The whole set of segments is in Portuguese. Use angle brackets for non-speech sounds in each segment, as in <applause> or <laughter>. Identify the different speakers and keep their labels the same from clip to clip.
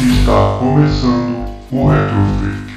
Speaker 1: Está começando o Retrofit.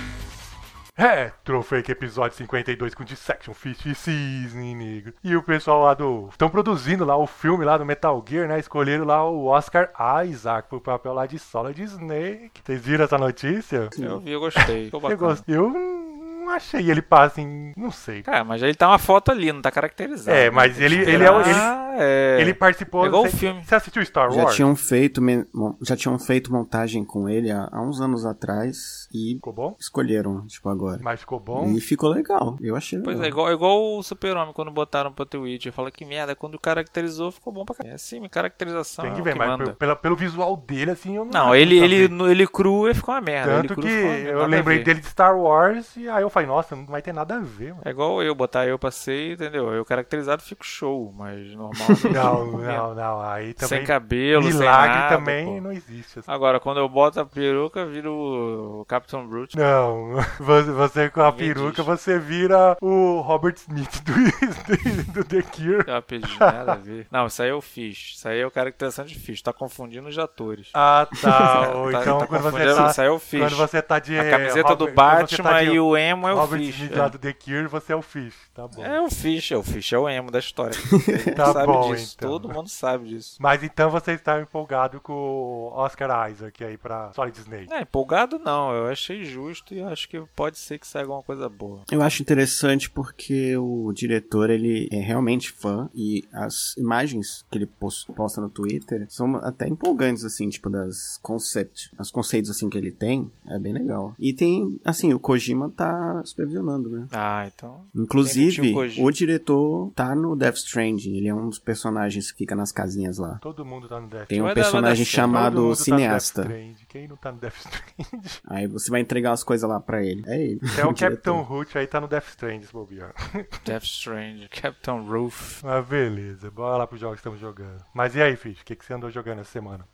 Speaker 2: Retrofake episódio 52 com Dissection Fish e Cisne Negro. E o pessoal lá do. Estão produzindo lá o filme lá do Metal Gear, né? Escolheram lá o Oscar Isaac pro papel lá de Solid Snake. Vocês viram essa notícia?
Speaker 3: É
Speaker 4: Eu vi, eu gostei.
Speaker 2: <laughs>
Speaker 4: Ficou
Speaker 2: Eu,
Speaker 4: bacana.
Speaker 2: gosto. eu não achei ele passa em. Não sei.
Speaker 4: Cara, mas ele tá uma foto ali, não tá caracterizado.
Speaker 2: É, mas ele- ele é o- ele-
Speaker 4: Ah, é.
Speaker 2: Ele participou.
Speaker 4: É igual
Speaker 2: você,
Speaker 4: o filme.
Speaker 2: Você assistiu Star
Speaker 3: Já um
Speaker 2: Wars?
Speaker 3: tinham, feito, men- mon- já tinham feito montagem com ele há, há uns anos atrás e
Speaker 2: Ficou bom?
Speaker 3: escolheram, tipo, agora.
Speaker 2: Mas ficou bom.
Speaker 3: E ficou legal, eu achei legal.
Speaker 4: Pois é, igual, é igual o Super-Homem quando botaram pra ter o Witcher. Fala que merda, quando caracterizou ficou bom pra caralho. É assim, caracterização.
Speaker 2: Tem
Speaker 4: é
Speaker 2: que
Speaker 4: o
Speaker 2: ver, mas
Speaker 4: manda.
Speaker 2: pelo, pela- pelo visual dele, assim, eu não.
Speaker 4: Não,
Speaker 2: acho
Speaker 4: ele,
Speaker 2: também.
Speaker 4: ele, no- ele cru ele ficou uma merda. ele
Speaker 2: Tanto
Speaker 4: cru
Speaker 2: que
Speaker 4: ficou uma merda,
Speaker 2: eu
Speaker 4: né? nada a
Speaker 2: lembrei
Speaker 4: ver.
Speaker 2: dele de Star Wars e aí eu falei, nossa, não vai ter nada a ver,
Speaker 4: <laughs>
Speaker 2: mano.
Speaker 4: É igual eu, botar eu passei, entendeu? Eu caracterizado fico show, mas normal.
Speaker 2: <laughs> Não, não, não. Aí também.
Speaker 4: sem cabelo, sem
Speaker 2: milagre
Speaker 4: nada,
Speaker 2: também
Speaker 4: pô.
Speaker 2: não existe. assim.
Speaker 4: Agora, quando eu boto a peruca, vira o Captain Brute.
Speaker 2: Não, <laughs> você, você com a
Speaker 4: Ninguém
Speaker 2: peruca,
Speaker 4: diz.
Speaker 2: você vira o Robert Smith do, <laughs> do, do The Cure.
Speaker 4: Eu pedi, nada
Speaker 2: <laughs>
Speaker 4: a ver. Não, isso aí eu fiz. Isso aí é o caracterização de fiz. Tá confundindo os atores. <laughs>
Speaker 2: Ah, tá. Ou
Speaker 4: Tá-
Speaker 2: então,
Speaker 4: tá
Speaker 2: quando, você
Speaker 4: confundindo,
Speaker 2: tá,
Speaker 4: isso aí eu fiz.
Speaker 2: quando você tá de.
Speaker 4: a camiseta
Speaker 2: Robert-
Speaker 4: do
Speaker 2: quando você
Speaker 4: Batman
Speaker 2: tá de
Speaker 4: e o emo é o
Speaker 2: Robert
Speaker 4: Fish.
Speaker 2: Smith lá do The Cure, você é o Fish. Tá bom.
Speaker 4: É. é o Fish, é o Fish, é o emo
Speaker 2: <laughs>
Speaker 4: da história. Todo mundo
Speaker 2: Tá
Speaker 4: sabe
Speaker 2: bom,
Speaker 4: disso.
Speaker 2: então.
Speaker 4: Todo mundo sabe disso.
Speaker 2: Mas então você está empolgado com o Oscar Isaac aí pra Solid Snake.
Speaker 4: É, empolgado não, eu achei justo e acho que pode ser que saia alguma coisa boa.
Speaker 3: Eu acho interessante porque o diretor, ele é realmente fã e as imagens que ele pos- posta no Twitter são até empolgantes, assim, tipo, das concept, as conceitos, assim, que ele tem, é bem legal. E tem, assim, o Kojima tá supervisionando, né?
Speaker 4: Ah, então. Tem
Speaker 3: Inclusive,
Speaker 4: o Kojima.
Speaker 3: o diretor tá no Death Stranding, ele é um dos personagens que fica nas casinhas lá.
Speaker 2: Todo mundo tá no Death
Speaker 3: Tem
Speaker 2: Stranding.
Speaker 3: um
Speaker 4: Vai dar- vai dar
Speaker 3: personagem
Speaker 2: Todo
Speaker 4: certo.
Speaker 3: chamado
Speaker 2: mundo tá no Death
Speaker 3: Cineasta.
Speaker 2: Stranding. Quem não tá no Death Strand?
Speaker 3: Aí você vai entregar as coisas lá pra ele. É ele. <laughs>
Speaker 2: Até o Capitão
Speaker 3: diretor.
Speaker 2: Root aí tá no Death Strand, se bobear.
Speaker 4: Death Strange, Captain Roof.
Speaker 2: Mas beleza, bora lá pros jogos que estamos jogando. Mas e aí, Fish, o que, que você andou jogando essa semana?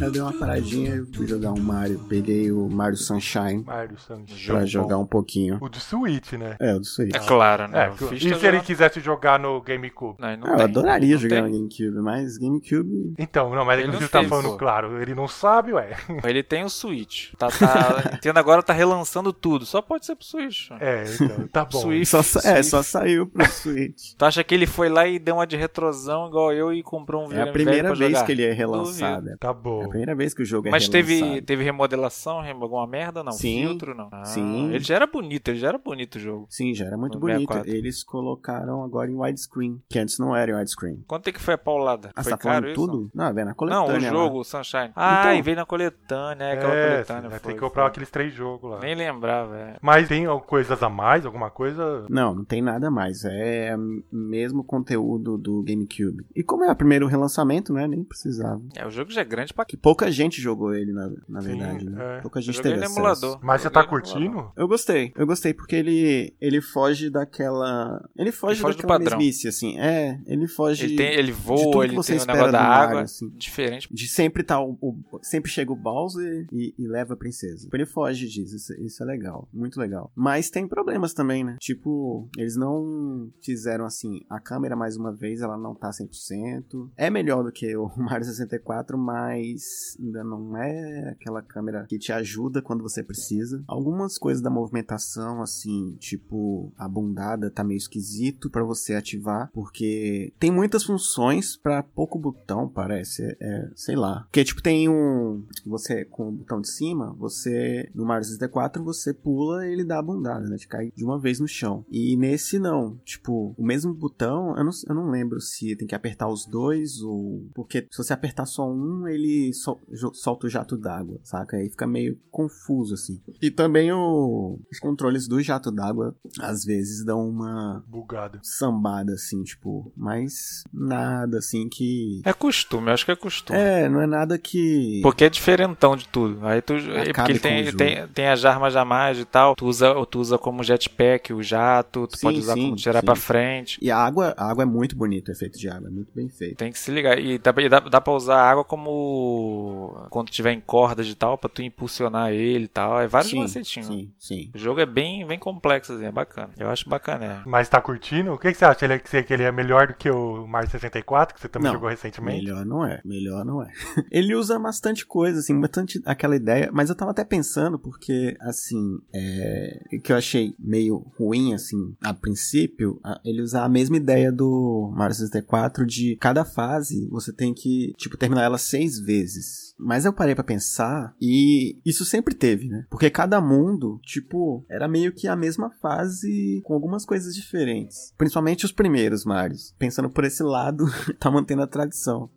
Speaker 3: Eu dei uma paradinha e fui jogar um Mario. Peguei o Mario Sunshine
Speaker 2: Mario Sanji.
Speaker 3: pra jogar um pouquinho.
Speaker 2: O do Switch, né?
Speaker 3: É, eu sei.
Speaker 4: É claro, né?
Speaker 2: É,
Speaker 4: O
Speaker 2: e
Speaker 4: Fish
Speaker 2: se
Speaker 4: tá
Speaker 2: ele
Speaker 4: jogando-
Speaker 2: quisesse jogar no GameCube?
Speaker 4: Não, ele não
Speaker 3: Ah, eu
Speaker 4: tem.
Speaker 3: adoraria
Speaker 4: Não
Speaker 3: jogar
Speaker 4: tem.
Speaker 3: no GameCube, mas GameCube.
Speaker 2: Então, não, mas
Speaker 4: Ele
Speaker 2: ele
Speaker 4: não
Speaker 2: não tá
Speaker 4: fez,
Speaker 2: falando
Speaker 4: pô.
Speaker 2: claro, ele não sabe, ué.
Speaker 4: Ele tem o Switch. Tá, tá, <laughs> a Nintendo agora tá relançando tudo. Só pode ser pro Switch.
Speaker 2: É, então, tá bom.
Speaker 4: Switch.
Speaker 3: Só, sa- é,
Speaker 4: Switch.
Speaker 3: só saiu <laughs> pro Switch.
Speaker 4: Tu acha que ele foi lá e deu uma de retrosão igual eu e comprou um
Speaker 3: É
Speaker 4: videogame
Speaker 3: a primeira
Speaker 4: velho pra
Speaker 3: vez
Speaker 4: jogar?
Speaker 3: que ele é relançado.
Speaker 2: Tá
Speaker 3: É a
Speaker 2: bom.
Speaker 3: primeira vez que o jogo é
Speaker 4: Mas teve,
Speaker 3: relançado.
Speaker 4: teve remodelação, rem- alguma merda? Não.
Speaker 3: Sim.
Speaker 4: Filtro, não. Ah,
Speaker 3: Sim.
Speaker 4: Ele já era bonito, ele já era bonito o jogo.
Speaker 3: Sim, já era muito
Speaker 4: No
Speaker 3: bonito.
Speaker 4: 64.
Speaker 3: Eles colocaram agora em widescreen, que antes não era em widescreen.
Speaker 4: Quanto é que foi a paulada?
Speaker 3: Ah, você tá
Speaker 4: foi caro
Speaker 3: falando
Speaker 4: isso?
Speaker 3: tudo? Não, é na
Speaker 4: Não,
Speaker 3: coletânea.
Speaker 4: o
Speaker 3: lá.
Speaker 4: jogo, o Sunshine. Ah,
Speaker 3: Então.
Speaker 4: e veio na coletânea, é, aquela
Speaker 2: É,
Speaker 4: coletânea.
Speaker 2: vai
Speaker 4: foi,
Speaker 2: ter que comprar
Speaker 4: foi.
Speaker 2: aqueles três jogos lá.
Speaker 4: Nem lembrava, é.
Speaker 2: Mas tem ó, coisas a mais, alguma coisa?
Speaker 3: Não, não tem nada mais. É o mesmo conteúdo do GameCube. E como é o primeiro relançamento, né? Nem precisava.
Speaker 4: É, o jogo já é grande pra
Speaker 3: Que pouca gente jogou ele, na, na
Speaker 2: Sim,
Speaker 3: verdade. né?
Speaker 2: é.
Speaker 3: Pouca
Speaker 4: Eu
Speaker 3: gente
Speaker 4: joguei
Speaker 3: teve
Speaker 4: no
Speaker 3: acesso.
Speaker 4: emulador.
Speaker 2: Mas você
Speaker 4: Joguei
Speaker 2: tá
Speaker 4: no emulador.
Speaker 2: curtindo?
Speaker 3: Eu gostei, eu gostei, porque ele, ele foge daquela. Ele foge,
Speaker 4: Ele foge do
Speaker 3: daquela
Speaker 4: padrão.
Speaker 3: mesmice, assim. É, ele foge
Speaker 4: Ele, tem, ele
Speaker 3: tudo que
Speaker 4: voa, ele
Speaker 3: você
Speaker 4: tem o
Speaker 3: espera
Speaker 4: negócio da
Speaker 3: do Mario,
Speaker 4: água.
Speaker 3: assim.
Speaker 4: Diferente.
Speaker 3: de sempre tá o, o- sempre chega o Bowser e, e leva a princesa. Ele foge disso, isso, isso é legal, muito legal. Mas tem problemas também, né? Tipo, eles não fizeram assim, a câmera mais uma vez ela não tá 100%. É melhor do que o <laughs> Mario 64, mas ainda não é aquela câmera que te ajuda quando você precisa. Algumas coisas da movimentação assim, tipo, a bundada tá meio esquisito pra você ativar, porque tem muitas funções pra pouco botão, parece É, sei lá. Porque, tipo, tem um. Você, com o botão de cima, você. No Mario 64, você pula e ele dá a bundada, né? Te cai de uma vez no chão. E nesse, não. Tipo, o mesmo botão, eu não, eu não lembro se tem que apertar os dois ou. Porque se você apertar só um, ele sol- jo- solta o jato d'água, saca? Aí fica meio confuso, assim. E também o- os controles do jato d'água, às vezes, dão uma
Speaker 2: Bugada.
Speaker 3: sambada, assim, tipo, mas nada, assim, que...
Speaker 4: É costume, eu acho que é costume.
Speaker 3: É, não é nada que...
Speaker 4: Porque é diferentão de tudo. Aí tu,
Speaker 3: Acabe
Speaker 4: é porque ele
Speaker 3: com o
Speaker 4: tem,
Speaker 3: jogo.
Speaker 4: tem, tem as armas a mais e tal. Tu usa, tu usa como jetpack, o jato, tu
Speaker 3: Sim,
Speaker 4: pode usar
Speaker 3: sim,
Speaker 4: como tirar
Speaker 3: sim.
Speaker 4: pra frente.
Speaker 3: E a água, a água é muito bonita, o efeito de água, é muito bem feito.
Speaker 4: Tem que se ligar. E dá, pra- e dá, dá pra usar a água como. Quando tiver em cordas e tal, pra tu impulsionar ele e tal. É vários
Speaker 3: sim,
Speaker 4: macetinhos.
Speaker 3: sim, sim.
Speaker 4: O jogo é bem, bem complexo, assim, é bacana. Eu acho bacana, é.
Speaker 2: Mas tá curtindo? O que, que você acha? Ele é, que você- que ele é melhor do que o Mario 64, que você também
Speaker 3: Não.
Speaker 2: jogou recentemente?
Speaker 3: Melhor não é, melhor não é. <laughs> Ele usa bastante coisa, assim, bastante aquela ideia, mas eu tava até pensando, porque, assim, é, que eu achei meio ruim, assim, a princípio, a- ele usar a mesma ideia do Mario 64 de cada fase você tem que, tipo, terminar ela seis vezes. Mas eu parei pra pensar e isso sempre teve, né? Porque cada mundo, tipo, era meio que a mesma fase com algumas coisas diferentes. Principalmente os primeiros Marios. Pensando por esse lado, tá mantendo a tradição.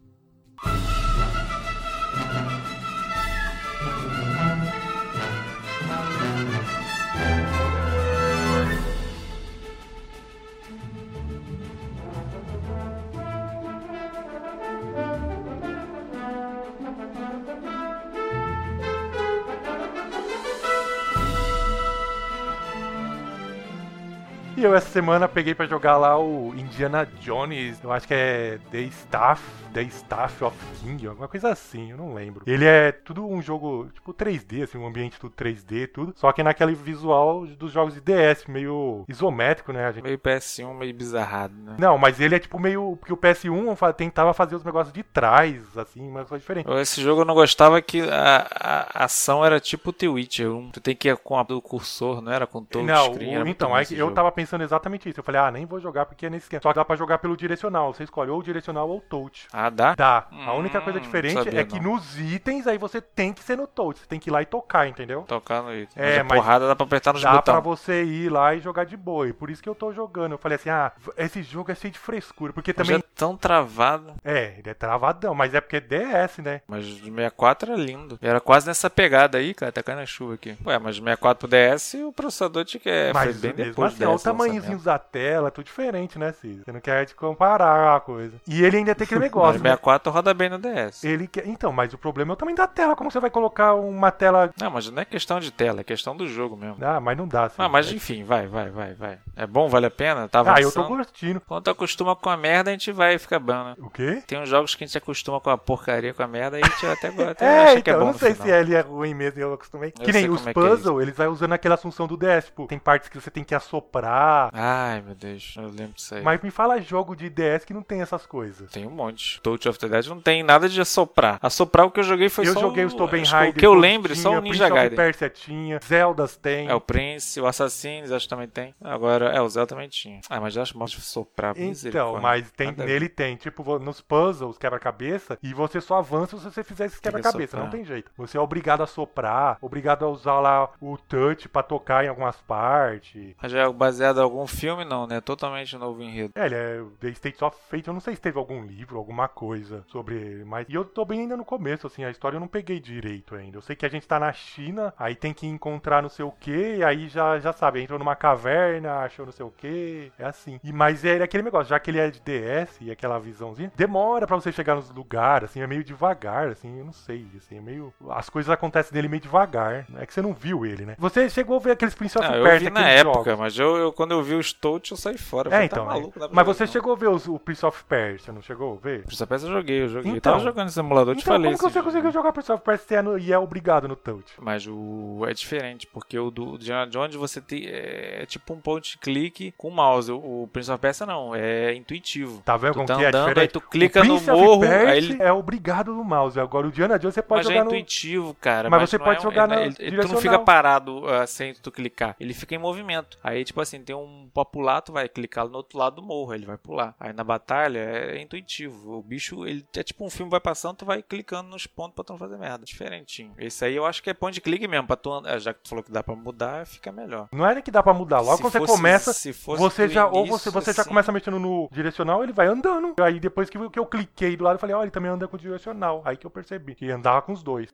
Speaker 2: E eu essa semana peguei pra jogar lá o Indiana Jones, eu acho que é The Staff, The Staff of King, alguma coisa assim, eu não lembro. Ele é tudo um jogo tipo 3D, assim, um ambiente tudo 3D, tudo, só que naquele visual dos jogos de DS, meio isométrico, né, a gente
Speaker 4: Meio PS1, meio bizarrado, né?
Speaker 2: não, mas ele é tipo meio. Porque o PS1 fa- tentava fazer os negócios de trás, assim, uma coisa diferente.
Speaker 4: Esse jogo eu não gostava que a, a- a ação era tipo The Witcher 1. Tu tem que ir com a do cursor, não era com todo
Speaker 2: Não,
Speaker 4: screen,
Speaker 2: o-
Speaker 4: era muito
Speaker 2: então,
Speaker 4: ruim
Speaker 2: aí
Speaker 4: esse
Speaker 2: eu
Speaker 4: jogo.
Speaker 2: tava pensando exatamente isso. Eu falei, ah, nem vou jogar porque é nesse esquema. Só que dá pra jogar pelo direcional. Você escolhe ou o direcional ou o touch.
Speaker 4: Ah, dá?
Speaker 2: Dá. a
Speaker 4: Hum,
Speaker 2: única coisa
Speaker 4: não
Speaker 2: diferente
Speaker 4: sabia,
Speaker 2: é que
Speaker 4: não.
Speaker 2: nos itens aí você tem que ser no touch. Você tem que ir lá e tocar, entendeu?
Speaker 4: Tocar no item.
Speaker 2: É,
Speaker 4: mas a
Speaker 2: mas
Speaker 4: porrada dá pra apertar nos
Speaker 2: Dá pra
Speaker 4: botões.
Speaker 2: você ir lá e jogar de boi. Por isso que eu tô jogando. Eu falei assim, ah, v- esse jogo é cheio de frescura. Porque
Speaker 4: Já
Speaker 2: também.
Speaker 4: é tão travado.
Speaker 2: É, ele é travadão, mas é porque é DS, né?
Speaker 4: Mas o 64 é lindo. Era quase nessa pegada aí, cara. Tá caindo a chuva aqui. Ué, mas o 64 pro DS o processador te quer. É, Foi
Speaker 2: Mas
Speaker 4: bem
Speaker 2: mesmo
Speaker 4: depois
Speaker 2: assim, olha o
Speaker 4: desse
Speaker 2: tamanhozinho
Speaker 4: lançamento.
Speaker 2: da tela, tudo diferente, né, Cid? Você não quer te comparar a coisa. E ele ainda tem
Speaker 4: <laughs>
Speaker 2: aquele
Speaker 4: Mas o
Speaker 2: negócio, né?
Speaker 4: 64 roda bem no DS.
Speaker 2: Ele quer... Então, mas o problema é o tamanho da tela. Como você vai colocar uma tela...
Speaker 4: Não, mas não é questão de tela, é questão do jogo mesmo.
Speaker 2: Ah, mas não dá, Cid.
Speaker 4: Ah, mas enfim, vai, vai, vai, vai. É bom, vale a pena? Tá
Speaker 2: Ah, eu
Speaker 4: avançando?
Speaker 2: tô gostando.
Speaker 4: Quando tu acostuma com a merda, a gente vai ficar bom, né?
Speaker 2: O quê?
Speaker 4: Tem uns jogos que a gente se acostuma com a porcaria, com a merda, e a gente até,
Speaker 2: <laughs>
Speaker 4: até
Speaker 2: É,
Speaker 4: acha
Speaker 2: então,
Speaker 4: que é bom
Speaker 2: eu não
Speaker 4: no
Speaker 2: sei
Speaker 4: final.
Speaker 2: se ele é ruim mesmo, eu acostumei.
Speaker 4: Eu
Speaker 2: que nem
Speaker 4: sei
Speaker 2: os
Speaker 4: como é que é
Speaker 2: puzzles, eles vai usando aquela função do DS, tipo, tem partes que você tem que assoprar.
Speaker 4: Ai, meu Deus, eu lembro disso aí.
Speaker 2: Mas me fala jogo de DS que não tem essas coisas.
Speaker 4: Tem um monte. Touch of the Dead não tem nada de assoprar. Assoprar o que eu joguei foi
Speaker 2: eu
Speaker 4: só
Speaker 2: joguei
Speaker 4: o...
Speaker 2: os Tobin
Speaker 4: acho que
Speaker 2: Raider.
Speaker 4: O que eu
Speaker 2: todos
Speaker 4: lembro, é só
Speaker 2: tinha,
Speaker 4: o Ninja
Speaker 2: Prince of
Speaker 4: Gaiden.
Speaker 2: Persia tinha, Zeldas tem.
Speaker 4: É, o Prince, o Assassin's, acho que também tem. Agora, é, o Zelda também tinha. Ah, mas eu acho morte soprar.
Speaker 2: Então,
Speaker 4: misericórdia.
Speaker 2: mas tem,
Speaker 4: Nada a ver.
Speaker 2: nele tem, tipo, vo- nos puzzles, quebra-cabeça, e você só avança se você fizer esse
Speaker 4: Tem que
Speaker 2: quebra-cabeça, não
Speaker 4: soprar.
Speaker 2: tem jeito. Você é obrigado a soprar, obrigado a usar lá o touch pra tocar em algumas partes.
Speaker 4: Mas é baseado em algum filme, não, né? Totalmente novo enredo.
Speaker 2: É, ele é The States of Fate, eu não sei se teve algum livro, alguma coisa sobre ele, mas... E eu tô bem ainda no começo, assim, a história eu não peguei direito ainda. Eu sei que a gente tá na China, aí tem que encontrar não sei o que, e aí já, já sabe, entrou numa caverna, achou não sei o que, é assim. E, mas é aquele negócio, já que ele é de DS e aquela visãozinha, demora pra você chegar nos lugares, assim, é meio devagar, assim, eu não sei, assim, é meio... As coisas acontecem dele meio devagar, é que você não viu ele, né? Você chegou a ver aqueles Prince of
Speaker 4: Ah,
Speaker 2: Persia,
Speaker 4: eu vi na
Speaker 2: Tá aqueles
Speaker 4: época,
Speaker 2: jogos.
Speaker 4: mas eu, eu- quando eu vi os Touch, eu saí fora. Eu
Speaker 2: É,
Speaker 4: falei,
Speaker 2: então.
Speaker 4: Tá
Speaker 2: é.
Speaker 4: maluco, não dá pra
Speaker 2: Mas
Speaker 4: jogar
Speaker 2: você
Speaker 4: isso, não.
Speaker 2: chegou a ver os- o Prince of Persia, não chegou a ver?
Speaker 4: Prince of Persia eu joguei, eu joguei.
Speaker 2: Então.
Speaker 4: eu tava jogando esse emulador, eu te
Speaker 2: então,
Speaker 4: falei.
Speaker 2: como que
Speaker 4: esse
Speaker 2: você
Speaker 4: jogo.
Speaker 2: conseguiu jogar Prince of Persia e é no- e é obrigado no touch?
Speaker 4: Mas o é diferente, porque o do Indiana Jones você tem é, é tipo um point click com o mouse. O, o Prince of Persia não, é intuitivo.
Speaker 2: Tá vendo
Speaker 4: Tu
Speaker 2: como
Speaker 4: tá
Speaker 2: que é
Speaker 4: andando,
Speaker 2: diferente?
Speaker 4: aí tu clica
Speaker 2: o
Speaker 4: no
Speaker 2: Prince of
Speaker 4: morro,
Speaker 2: Persia
Speaker 4: aí ele-
Speaker 2: é obrigado no mouse. Agora o Diana Jones você pode
Speaker 4: Mas é
Speaker 2: jogar no...
Speaker 4: intuitivo, cara.
Speaker 2: Mas você
Speaker 4: não
Speaker 2: pode
Speaker 4: é um-
Speaker 2: jogar
Speaker 4: é-
Speaker 2: na
Speaker 4: ele- ele- Tu não
Speaker 2: direcional.
Speaker 4: fica parado ah, sem tu clicar. Ele fica em movimento. Aí, tipo assim, tem tem um popular, tu vai clicar no outro lado do morro, ele vai pular. Aí na batalha é intuitivo. O bicho, ele é tipo um filme, vai passando, tu vai clicando nos pontos pra tu não fazer merda. Diferentinho. Esse aí eu acho que é ponto de clique mesmo. Pra tu, and- ah, já que tu falou que dá pra mudar, fica melhor.
Speaker 2: Não é que dá pra mudar. Logo
Speaker 4: Se
Speaker 2: quando você
Speaker 4: fosse-
Speaker 2: começa,
Speaker 4: se fosse
Speaker 2: você
Speaker 4: do
Speaker 2: já, ou
Speaker 4: início,
Speaker 2: você, você já
Speaker 4: assim,
Speaker 2: começa mexendo no direcional, ele vai andando. Aí depois que, eu- que eu cliquei do lado, eu falei, ó, ele também anda com o direcional. Aí que eu percebi que andava com os dois.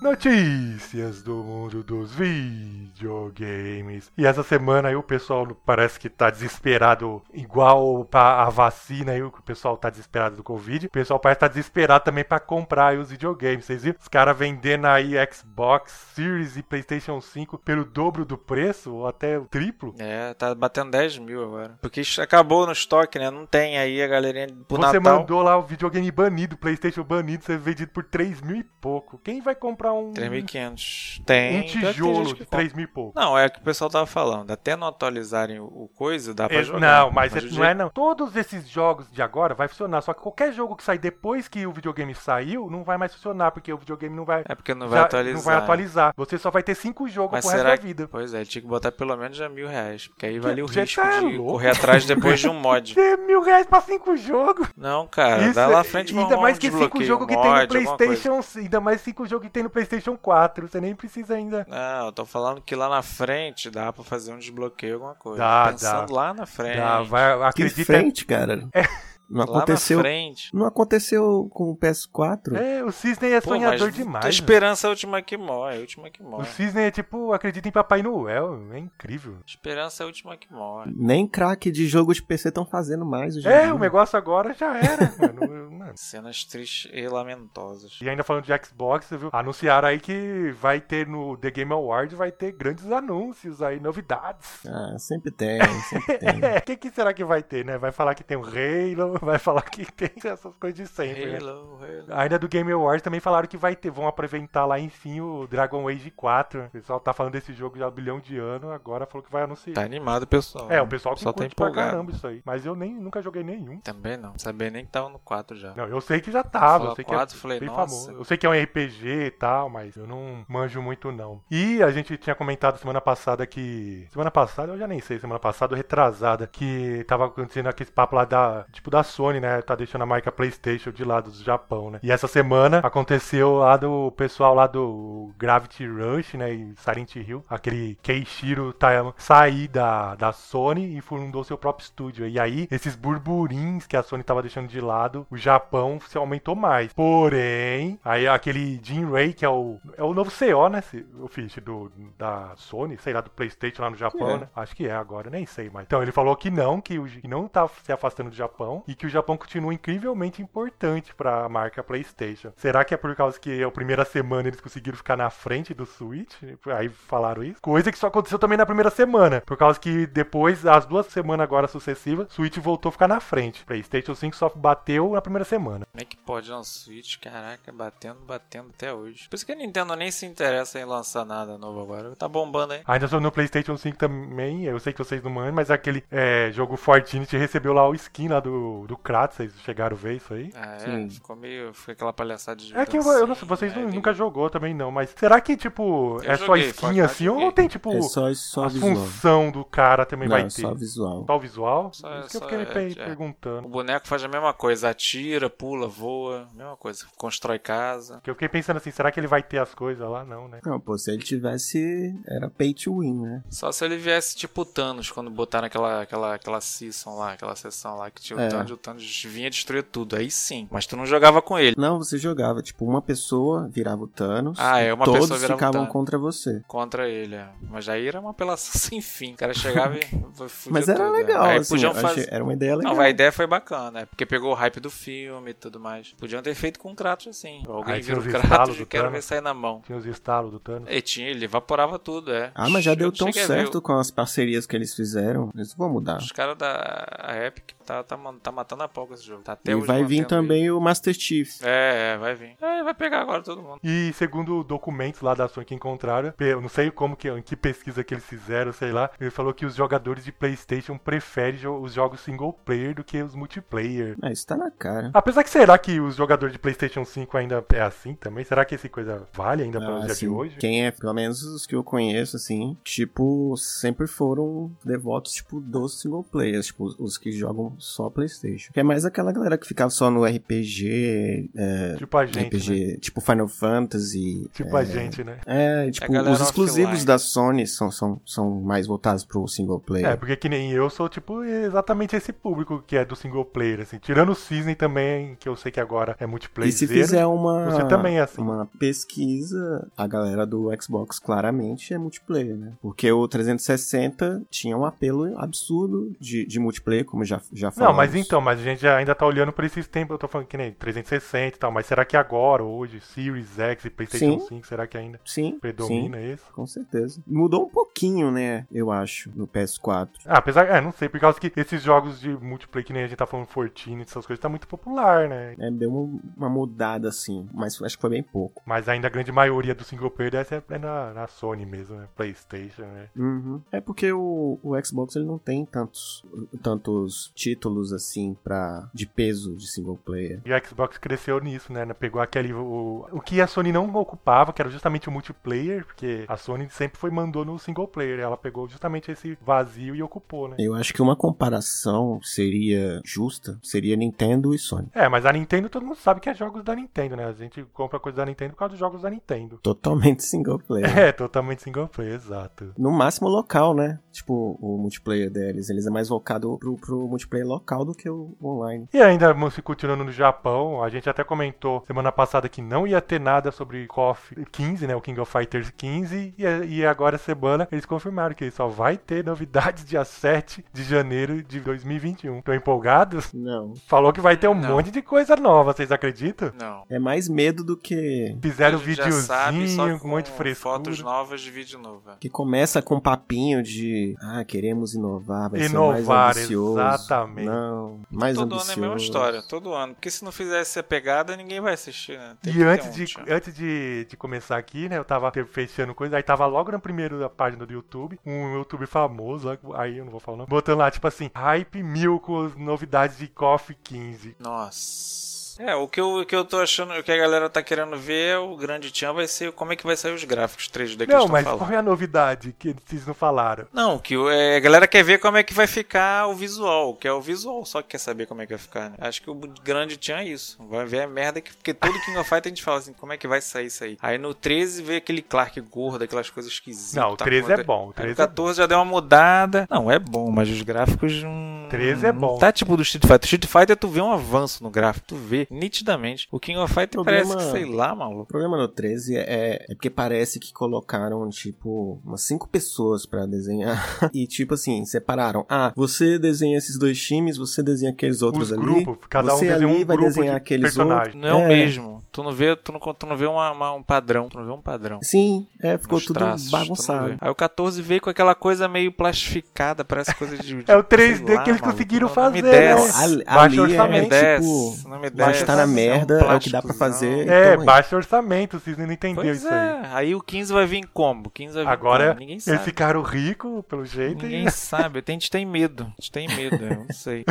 Speaker 2: Notícias do mundo dos videogames. E essa semana aí o pessoal parece que tá desesperado, igual pra a vacina aí, o que o pessoal tá desesperado do Covid. O pessoal parece que tá desesperado também pra comprar aí os videogames. Vocês viram? Os caras vendendo aí Xbox Series e PlayStation 5 pelo dobro do preço, ou até o triplo.
Speaker 4: É, tá batendo 10 mil agora. Porque isso acabou no estoque, né? Não tem aí a galerinha pro
Speaker 2: Você
Speaker 4: Natal.
Speaker 2: mandou lá o videogame banido, o PlayStation banido, ser vendido por 3 mil e pouco. Quem vai comprar um,
Speaker 4: 3.500. Tem.
Speaker 2: um
Speaker 4: Pior que tem
Speaker 2: tijolo
Speaker 4: gente que
Speaker 2: de
Speaker 4: compra.
Speaker 2: 3 mil e pouco?
Speaker 4: Não, é o que o pessoal tava falando. Até não atualizarem o, o coisa, dá pra
Speaker 2: É,
Speaker 4: jogar.
Speaker 2: Não, mas,
Speaker 4: Mas
Speaker 2: é-
Speaker 4: o
Speaker 2: não é não. Todos esses jogos de agora vai funcionar, só que qualquer jogo que sai depois que o videogame saiu, não vai mais funcionar, porque o videogame não vai,
Speaker 4: É porque não vai
Speaker 2: já-
Speaker 4: atualizar.
Speaker 2: não vai atualizar. Você só vai ter cinco jogos
Speaker 4: Mas
Speaker 2: pro
Speaker 4: será
Speaker 2: resto
Speaker 4: que-
Speaker 2: da vida.
Speaker 4: Pois é, ele tinha que botar pelo menos já mil reais. Porque aí valia o
Speaker 2: Você
Speaker 4: risco
Speaker 2: tá
Speaker 4: de
Speaker 2: louco?
Speaker 4: correr atrás
Speaker 2: <laughs>
Speaker 4: depois de um mod.
Speaker 2: Ter mil reais pra cinco jogos. é-
Speaker 4: Não, cara, dá lá à frente vamos
Speaker 2: ainda
Speaker 4: arrumar
Speaker 2: mais
Speaker 4: um
Speaker 2: que cinco
Speaker 4: desbloqueio,
Speaker 2: jogos
Speaker 4: um
Speaker 2: que
Speaker 4: mod,
Speaker 2: tem no
Speaker 4: alguma coisa.
Speaker 2: PlayStation, ainda mais cinco jogos que tem no PlayStation 4. Você nem precisa ainda.
Speaker 4: Não, eu tô falando que lá na frente dá pra fazer um desbloqueio, alguma coisa.
Speaker 2: Dá,
Speaker 4: Pensando lá na frente.
Speaker 2: Ah, vai,
Speaker 3: Que
Speaker 2: acredita.
Speaker 3: frente, cara. Não
Speaker 4: É. Lá
Speaker 3: aconteceu.
Speaker 4: na frente.
Speaker 3: Não aconteceu com o PS4.
Speaker 2: É, o Cisne é
Speaker 4: Pô,
Speaker 2: sonhador
Speaker 4: mas
Speaker 2: demais.
Speaker 4: A
Speaker 2: né?
Speaker 4: esperança é a última que morre, é a última que
Speaker 2: O
Speaker 4: morre.
Speaker 2: Cisne é tipo, acredita em Papai Noel. É incrível.
Speaker 4: Esperança é a última que morre.
Speaker 3: Nem craque de jogo de PC estão fazendo mais hoje em
Speaker 2: É,
Speaker 3: dia.
Speaker 2: o negócio agora já era, mano.
Speaker 4: <laughs>
Speaker 2: Eu- mano.
Speaker 4: Cenas tristes e lamentosas.
Speaker 2: E ainda falando de Xbox, viu? Anunciaram aí que vai ter no The Game Award, vai ter grandes anúncios aí, novidades.
Speaker 3: Ah, sempre tem,
Speaker 4: <laughs>
Speaker 3: sempre tem.
Speaker 2: É, o que, que será que vai ter, né? Vai falar que tem o Halo, <laughs> vai falar que tem essas coisas de sempre, né?
Speaker 4: Hello, hello.
Speaker 2: Ainda do Game Awards também falaram que vai ter, vão apresentar lá enfim o Dragon Age 4. O pessoal tá falando desse jogo já há um bilhão de anos, agora falou que vai anunciar.
Speaker 4: Tá animado, pessoal.
Speaker 2: É, o pessoal que
Speaker 4: Só tá
Speaker 2: curte pra
Speaker 4: empolgado.
Speaker 2: caramba isso aí. Mas eu nem, nunca joguei nenhum.
Speaker 4: Também não. Sabia nem que tava no 4 já.
Speaker 2: Não, eu sei que já tava, eu
Speaker 4: Falou
Speaker 2: sei que é
Speaker 4: quatro, falei,
Speaker 2: bem
Speaker 4: nossa.
Speaker 2: famoso. Eu sei que é um RPG e tal, mas eu não manjo muito não. E a gente tinha comentado semana passada que semana passada, eu já nem sei, semana passada ou retrasada, que tava acontecendo aquele papo lá da, tipo da Sony, né, tá deixando a marca PlayStation de lado do Japão, né? E essa semana aconteceu lá do pessoal lá do Gravity Rush, né, e Silent Hill, aquele Keishiro Tayama sair da, da Sony e fundou seu próprio estúdio. E aí esses burburins que a Sony tava deixando de lado, o Japão se aumentou mais. Porém, aí aquele Jim Ray, que é o, é o novo CEO, né? se- O Fish, do, da Sony, sei lá, do Playstation lá no Japão,
Speaker 3: É.
Speaker 2: né? Acho que é agora, nem sei mais. Então, ele falou que não, que, o, que não tá se afastando do Japão e que o Japão continua incrivelmente importante pra marca Playstation. Será que é por causa que a primeira semana eles conseguiram ficar na frente do Switch? Aí falaram isso? Coisa que só aconteceu também na primeira semana, por causa que depois, as duas semanas agora sucessivas, Switch voltou a ficar na frente. Playstation 5 só bateu na primeira semana.
Speaker 4: Como é que pode não? Switch, caraca, batendo, batendo até hoje. Por isso que a Nintendo nem se interessa em lançar nada novo agora. Tá bombando, hein?
Speaker 2: Ainda sobre no PlayStation 5 também, eu sei que vocês não mandam, mas aquele é, jogo Fortnite recebeu lá o skin lá do, do Kratos, vocês chegaram a ver isso aí?
Speaker 4: Ah, é,
Speaker 3: Sim.
Speaker 4: ficou meio. Fica aquela palhaçada de.
Speaker 2: É que eu, eu não sei, vocês
Speaker 4: dancinha,
Speaker 2: não-
Speaker 4: aí
Speaker 2: nunca jogou também não, mas será que tipo
Speaker 4: Eu
Speaker 2: é só
Speaker 4: joguei,
Speaker 2: skin
Speaker 4: Fortnite
Speaker 2: assim ou
Speaker 4: joguei.
Speaker 2: tem tipo
Speaker 3: É só, só
Speaker 2: a
Speaker 3: visual.
Speaker 2: função do cara também
Speaker 3: Não, é
Speaker 2: vai ter?
Speaker 3: só visual.
Speaker 2: Só o visual?
Speaker 4: Só-
Speaker 2: isso que eu
Speaker 4: só
Speaker 2: fiquei me
Speaker 4: é-
Speaker 2: pe-
Speaker 4: é.
Speaker 2: perguntando.
Speaker 4: O boneco faz a mesma coisa, atira, pula, voa, mesma coisa, constrói casa.
Speaker 2: Porque eu fiquei pensando assim, será que ele vai ter as coisas lá? Não, né?
Speaker 3: Não, pô, se ele tivesse. Era pay to win, né?
Speaker 4: Só se ele viesse tipo o Thanos quando botaram aquela, aquela, aquela season lá, aquela sessão lá que tinha o
Speaker 3: É.
Speaker 4: Thanos, o Thanos vinha destruir tudo, aí sim. Mas tu não jogava com ele.
Speaker 3: Não, você jogava, tipo, uma pessoa virava o Thanos.
Speaker 4: Ah, é,
Speaker 3: e
Speaker 4: uma
Speaker 3: todos
Speaker 4: pessoa virava o
Speaker 3: ficavam
Speaker 4: Thanos.
Speaker 3: contra você.
Speaker 4: Contra ele, é. Mas aí era uma apelação <laughs> sem fim. O cara chegava e.
Speaker 3: <laughs>
Speaker 4: fudia
Speaker 3: Mas era
Speaker 4: tudo, né?
Speaker 3: legal,
Speaker 4: Aí
Speaker 3: assim,
Speaker 4: podiam
Speaker 3: eu achei-
Speaker 4: fazer.
Speaker 3: era uma ideia legal.
Speaker 4: Não, a ideia foi bacana, né? Porque é, pegou o hype do filme, filme e tudo mais. Podiam ter feito com o Kratos assim. Alguém
Speaker 2: Aí tinha
Speaker 4: vira o
Speaker 2: os estalos
Speaker 4: Kratos
Speaker 2: do
Speaker 4: e quero ver
Speaker 2: Thanos.
Speaker 4: sair na mão.
Speaker 2: Tinha os estalos do Thanos.
Speaker 4: E tinha, ele evaporava tudo, é.
Speaker 3: Ah, mas já
Speaker 4: Eu
Speaker 3: deu tão
Speaker 4: cheguei a ver
Speaker 3: certo com as parcerias que eles fizeram. Eles vão mudar.
Speaker 4: Os caras da a Epic tá, tá, man- tá matando a pau com esse jogo. Tá até
Speaker 3: e
Speaker 4: hoje
Speaker 3: vai vir
Speaker 4: mantendo
Speaker 3: também o Master Chief.
Speaker 4: ele. É, é, vai vir. É, vai pegar agora todo mundo.
Speaker 2: E segundo documentos lá da Sony que encontraram, pe- eu não sei como que, em que pesquisa que eles fizeram, sei lá, ele falou que os jogadores de PlayStation preferem jo- os jogos single player do que os multiplayer.
Speaker 3: Ah, isso tá na cara.
Speaker 2: Apesar que será que os jogadores de PlayStation 5 ainda é assim também? Será que essa coisa vale ainda para
Speaker 3: Ah,
Speaker 2: o dia
Speaker 3: assim,
Speaker 2: de hoje?
Speaker 3: Quem é, pelo menos os que eu conheço, assim, tipo, sempre foram devotos, tipo, dos single players, tipo, os- os que jogam só Playstation. Que é mais aquela galera que ficava só no RPG, é,
Speaker 2: Tipo a gente, né?
Speaker 3: RPG, tipo Final Fantasy.
Speaker 2: Tipo a gente, né?
Speaker 3: É, tipo,
Speaker 4: galera
Speaker 3: os exclusivos
Speaker 4: offline.
Speaker 3: da Sony são, são, são mais voltados pro single player.
Speaker 2: É, porque que nem eu sou, tipo, exatamente esse público que é do single player, assim. Tirando o Cisne também, que eu sei que agora é multiplayer.
Speaker 3: E se fizer uma,
Speaker 2: você também é assim.
Speaker 3: uma pesquisa, a galera do Xbox claramente é multiplayer, né? Porque o 360 tinha um apelo absurdo de, de multiplayer, como já, já
Speaker 2: Não,
Speaker 3: falamos.
Speaker 2: mas então, mas a gente ainda tá olhando pra esses tempos, eu tô falando que nem 360 e tal, mas será que agora, hoje, Series X e Playstation
Speaker 3: Sim.
Speaker 2: 5, será que ainda
Speaker 3: Sim,
Speaker 2: predomina isso?
Speaker 3: sim, com certeza. Mudou um pouquinho, né? Eu acho, no PS4.
Speaker 2: Ah, apesar, é, não sei, por causa que esses jogos de multiplayer, que nem a gente tá falando Fortnite, essas coisas, tá muito popular, né?
Speaker 3: É, deu uma, uma mudada, assim, mas acho que foi bem pouco.
Speaker 2: Mas ainda a grande maioria do single player dessa é, é na, na Sony mesmo, né? Playstation, né?
Speaker 3: Uhum. É porque o, o Xbox ele não tem tantos, tantos títulos assim para de peso de single player.
Speaker 2: E o Xbox cresceu nisso, né? Pegou aquele. O, o que a Sony não ocupava, que era justamente o multiplayer, porque a Sony sempre foi mandou no single player. Ela pegou justamente esse vazio e ocupou, né?
Speaker 3: Eu acho que uma comparação seria justa, seria Nintendo e Sony.
Speaker 2: É, mas a Nintendo todo mundo sabe que é jogos da Nintendo, né? A gente compra coisa da Nintendo por causa dos jogos da Nintendo.
Speaker 3: Totalmente <laughs> single player.
Speaker 2: <laughs> É, totalmente single player, exato.
Speaker 3: No máximo local, né? Tipo, o multiplayer deles, eles é mais voltado pro, pro multiplayer local do que o online.
Speaker 2: E ainda mo- se continuando no Japão, a gente até comentou semana passada que não ia ter nada sobre KOF 15, né? O King of Fighters 15. E, a- e agora, semana, eles confirmaram que só vai ter novidades dia 7 de janeiro de 2021. Tô um. empolgados?
Speaker 3: Não.
Speaker 2: Falou que vai ter um
Speaker 4: Não.
Speaker 2: monte de coisa nova, vocês acreditam?
Speaker 4: Não.
Speaker 3: É mais medo do que
Speaker 2: Fizeram
Speaker 4: A gente já sabe, só
Speaker 2: videozinho, com
Speaker 4: com
Speaker 2: um monte de frescura.
Speaker 4: Fotos novas de vídeo novo. é.
Speaker 3: que começa com papinho de ah, queremos inovar, vai ser
Speaker 2: Inovar,
Speaker 3: mais ambicioso.
Speaker 2: exatamente.
Speaker 3: Não, mais
Speaker 4: Todo
Speaker 3: ambicioso.
Speaker 4: ano é a mesma história, todo ano. Porque se não fizesse a pegada, ninguém vai assistir, né? Tem que
Speaker 2: E
Speaker 4: ter
Speaker 2: antes,
Speaker 4: um
Speaker 2: de, é
Speaker 4: tchan.
Speaker 2: antes de, de começar aqui, né? Eu tava te- fechando coisa, aí tava logo na primeira página do YouTube, um youtuber famoso, lá, aí eu não vou falar o nome, botando lá, tipo assim, hype mil com as novidades de KOF 15.
Speaker 4: Nossa. É, o que, eu, o que eu tô achando, o que a galera tá querendo ver, o grande tchan vai ser como é que vai sair os gráficos
Speaker 2: não,
Speaker 4: 3D que eles tão
Speaker 2: mas
Speaker 4: falando.
Speaker 2: qual é a novidade que vocês não falaram?
Speaker 4: Não, que o- é, a galera quer ver como é que vai ficar o visual, que é o visual só que quer saber como é que vai ficar, né? Acho que o grande tinha isso. Vai ver a merda que. Porque todo King of Fight a gente fala assim, como é que vai sair isso aí? Aí no 13 vê aquele Clark gordo, aquelas coisas esquisitas. Tá
Speaker 2: Não, o
Speaker 3: tá
Speaker 2: 13 é bom, o
Speaker 4: Aí no
Speaker 2: 13 é bom.
Speaker 4: 14 já deu uma mudada. Não, é bom, mas os gráficos não.
Speaker 2: 13 é bom.
Speaker 4: Não tá tipo do Street Fighter. O Street Fighter tu vê um avanço no gráfico, tu vê nitidamente. O King of Fighter
Speaker 3: Problema-
Speaker 4: parece que, sei lá, maluco.
Speaker 3: O problema do 13 é, é porque parece que colocaram, tipo, umas cinco pessoas pra desenhar. <laughs> E, tipo assim, separaram. Ah, você desenha esses dois times, você desenha aqueles outros
Speaker 2: Os
Speaker 3: ali.
Speaker 2: grupos, cada um
Speaker 3: você
Speaker 2: desenha
Speaker 3: ali
Speaker 2: um
Speaker 3: vai
Speaker 2: grupo
Speaker 3: desenhar
Speaker 2: de
Speaker 3: aqueles
Speaker 2: personagem.
Speaker 4: Não é, o
Speaker 3: É.
Speaker 4: mesmo. Tu não vê, tu não, tu não vê uma- uma- um padrão. Tu não vê um padrão.
Speaker 3: Sim, é, ficou
Speaker 4: Nos
Speaker 3: tudo
Speaker 4: traços, tu não
Speaker 3: bagunçado.
Speaker 4: vê. Aí o 14 veio com aquela coisa meio plastificada, parece coisa de. de-
Speaker 2: É o 3D
Speaker 4: sei lá,
Speaker 2: que eles
Speaker 4: maluco,
Speaker 2: conseguiram
Speaker 4: não-
Speaker 2: fazer,
Speaker 4: Não me
Speaker 2: né?
Speaker 3: Não,
Speaker 4: desce.
Speaker 3: ali,
Speaker 2: Baixo
Speaker 3: ali
Speaker 2: orçamento.
Speaker 4: Não me
Speaker 3: é,
Speaker 4: desce.
Speaker 3: tipo...
Speaker 4: não me desce.
Speaker 3: Mas tá na
Speaker 4: É um
Speaker 3: merda, é o que dá pra
Speaker 4: plásticozão.
Speaker 3: fazer.
Speaker 2: É,
Speaker 3: então, é.
Speaker 2: baixo orçamento, vocês não entenderam
Speaker 4: Pois
Speaker 2: isso aí.
Speaker 4: é. Aí o 15 vai vir como? O 15 vai vir
Speaker 2: Agora,
Speaker 4: como? Ninguém
Speaker 2: eles
Speaker 4: sabe.
Speaker 2: ficaram ricos, pelo jeito,
Speaker 4: Ninguém
Speaker 2: e...
Speaker 4: sabe, a gente tem medo. A gente tem medo, eu não
Speaker 2: <laughs>
Speaker 4: sei.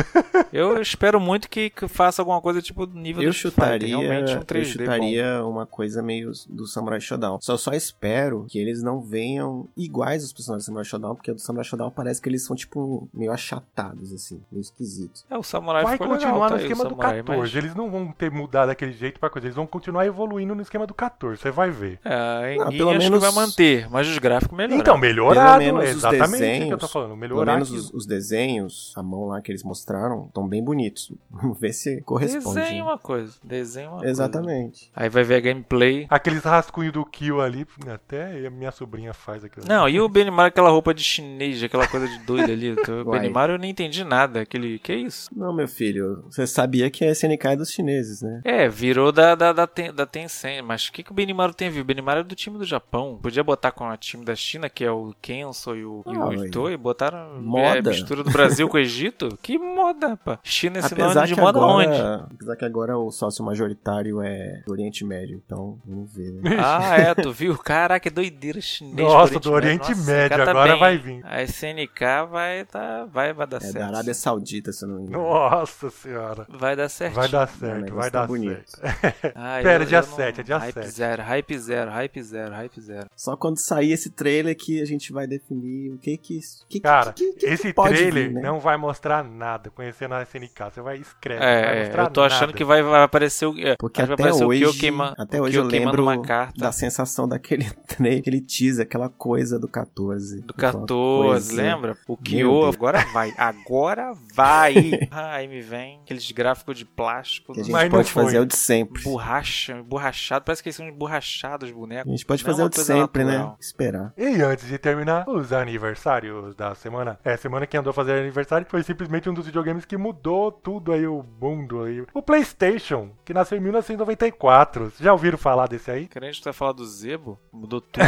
Speaker 4: Eu espero muito que, que faça alguma coisa tipo do nível
Speaker 3: Eu
Speaker 4: do Street Fighter,
Speaker 3: chutaria,
Speaker 4: realmente um 3D.
Speaker 3: eu
Speaker 4: bom.
Speaker 3: chutaria uma coisa meio do Samurai Shodown. Só só espero que eles não venham iguais aos personagens do Samurai Shodown, porque o do Samurai Shodown parece que eles são tipo meio achatados assim, meio esquisitos.
Speaker 4: É, o Samurai
Speaker 2: Vai
Speaker 4: ficou
Speaker 2: continuar
Speaker 4: legal, tá
Speaker 2: no
Speaker 4: aí o
Speaker 2: esquema do
Speaker 4: Samurai,
Speaker 2: 14. Eles não vão ter mudado daquele jeito pra coisa. Eles vão continuar evoluindo no esquema do 14. Você vai ver.
Speaker 4: Mas... É,
Speaker 3: Ah,
Speaker 4: ninguém
Speaker 3: pelo
Speaker 4: acho
Speaker 3: menos-
Speaker 4: que vai manter, mas os gráficos melhoram.
Speaker 2: Então, melhorado.
Speaker 3: Pelo menos os
Speaker 2: exatamente o que eu tô
Speaker 3: desenhos,
Speaker 2: falando.
Speaker 3: Pelo
Speaker 2: Melhorar
Speaker 3: menos
Speaker 2: aquilo.
Speaker 3: os, os desenhos, a mão lá que
Speaker 5: <laughs>
Speaker 3: eles mostraram, estão bem bonitos. Vamos ver se corresponde.
Speaker 4: desenha uma é coisa. Desenha uma coisa.
Speaker 3: Exatamente. Exatamente.
Speaker 4: Aí vai ver a gameplay.
Speaker 2: Aqueles rascunhos do Kill ali, até a minha sobrinha faz aquilo.
Speaker 4: Não, e o Benimaru, aquela roupa de chinês, aquela coisa de doido ali. Então,
Speaker 5: <laughs>
Speaker 4: O
Speaker 3: Uai.
Speaker 4: Benimaru eu nem entendi nada. Aquele. Que isso?
Speaker 5: Não, meu filho, você sabia que a SNK é dos chineses, né?
Speaker 4: É, virou da, da, da, Ten- da Tencent. Mas o que, que o Benimaru tem a ver? O Benimaru é do time do Japão. Podia botar com o time da China, que é o Kenso e o, e o
Speaker 5: Ah, ué.
Speaker 4: Ito, e botaram
Speaker 5: Moda.
Speaker 4: É, mistura do Brasil com
Speaker 5: <laughs>
Speaker 4: o Egito? Que moda, pá. China é sinônimo
Speaker 5: Apesar
Speaker 4: de
Speaker 5: que,
Speaker 4: moda onde?
Speaker 5: <laughs> agora, apesar que agora o sócio majoritário é do Oriente Médio, então vamos ver,
Speaker 4: <laughs>
Speaker 5: né?
Speaker 4: Ah, é, tu viu? Caraca, é doideira chinês.
Speaker 2: Nossa, do Oriente Médio,
Speaker 4: cara tá
Speaker 2: agora
Speaker 4: bem.
Speaker 2: vai vir.
Speaker 4: A SNK vai, tá, vai, vai dar
Speaker 5: É
Speaker 4: certo.
Speaker 5: da Arábia Saudita, se eu não me engano.
Speaker 2: Nossa senhora.
Speaker 4: Vai dar certo.
Speaker 2: Vai dar
Speaker 5: O
Speaker 2: certo,
Speaker 5: negócio
Speaker 2: vai
Speaker 5: tá
Speaker 2: dar
Speaker 5: bonito.
Speaker 2: certo.
Speaker 4: Ai,
Speaker 2: Pera,
Speaker 4: eu-
Speaker 2: dia
Speaker 4: eu não-
Speaker 2: 7, é dia
Speaker 4: hype
Speaker 2: 7.
Speaker 4: Zero, hype zero, hype zero, hype zero.
Speaker 5: <laughs> Só quando sair esse trailer que a gente vai definir o que que... isso- que-
Speaker 2: Cara,
Speaker 5: que- que- que
Speaker 2: Esse
Speaker 5: pode
Speaker 2: trailer
Speaker 5: vir, né?
Speaker 2: não vai mostrar nada. Conhecendo a SNK, você vai escrever. não vai
Speaker 4: É,
Speaker 2: mostrar
Speaker 4: eu tô achando
Speaker 2: nada.
Speaker 4: que vai, vai aparecer o. é,
Speaker 5: Porque
Speaker 4: acho que
Speaker 5: até
Speaker 4: vai aparecer
Speaker 5: hoje,
Speaker 4: o Kyo queima,
Speaker 5: até
Speaker 4: o
Speaker 5: hoje
Speaker 4: Kyo
Speaker 5: eu
Speaker 4: queimando
Speaker 5: lembro
Speaker 4: uma carta.
Speaker 5: da sensação daquele <laughs> trailer, aquele teaser, aquela coisa do 14.
Speaker 4: Do
Speaker 5: aquela
Speaker 4: 14,
Speaker 5: coisa.
Speaker 4: lembra? O Kyo,
Speaker 5: Deus.
Speaker 4: agora vai, agora
Speaker 5: <laughs>
Speaker 4: vai. Ah, Aí me vem aqueles gráficos de plástico,
Speaker 5: Que a
Speaker 4: do-
Speaker 5: gente
Speaker 2: Mas não
Speaker 5: pode
Speaker 2: foi.
Speaker 5: fazer o de sempre.
Speaker 4: borracha, borrachado, parece que eles são emborrachados os bonecos.
Speaker 5: A gente pode
Speaker 4: Não é
Speaker 5: fazer
Speaker 4: uma
Speaker 5: o de
Speaker 4: coisa
Speaker 5: sempre, né?
Speaker 4: natural.
Speaker 5: Esperar.
Speaker 2: E antes de terminar, os aniversários da semana. É, semana que andou a fazer aniversário foi simplesmente um dos videogames que mudou tudo aí, o mundo aí. O PlayStation, que nasceu em 1994. Vocês Já ouviram falar desse aí? <laughs>
Speaker 4: Crente, tu vai falar tá do Zebo? Mudou tudo.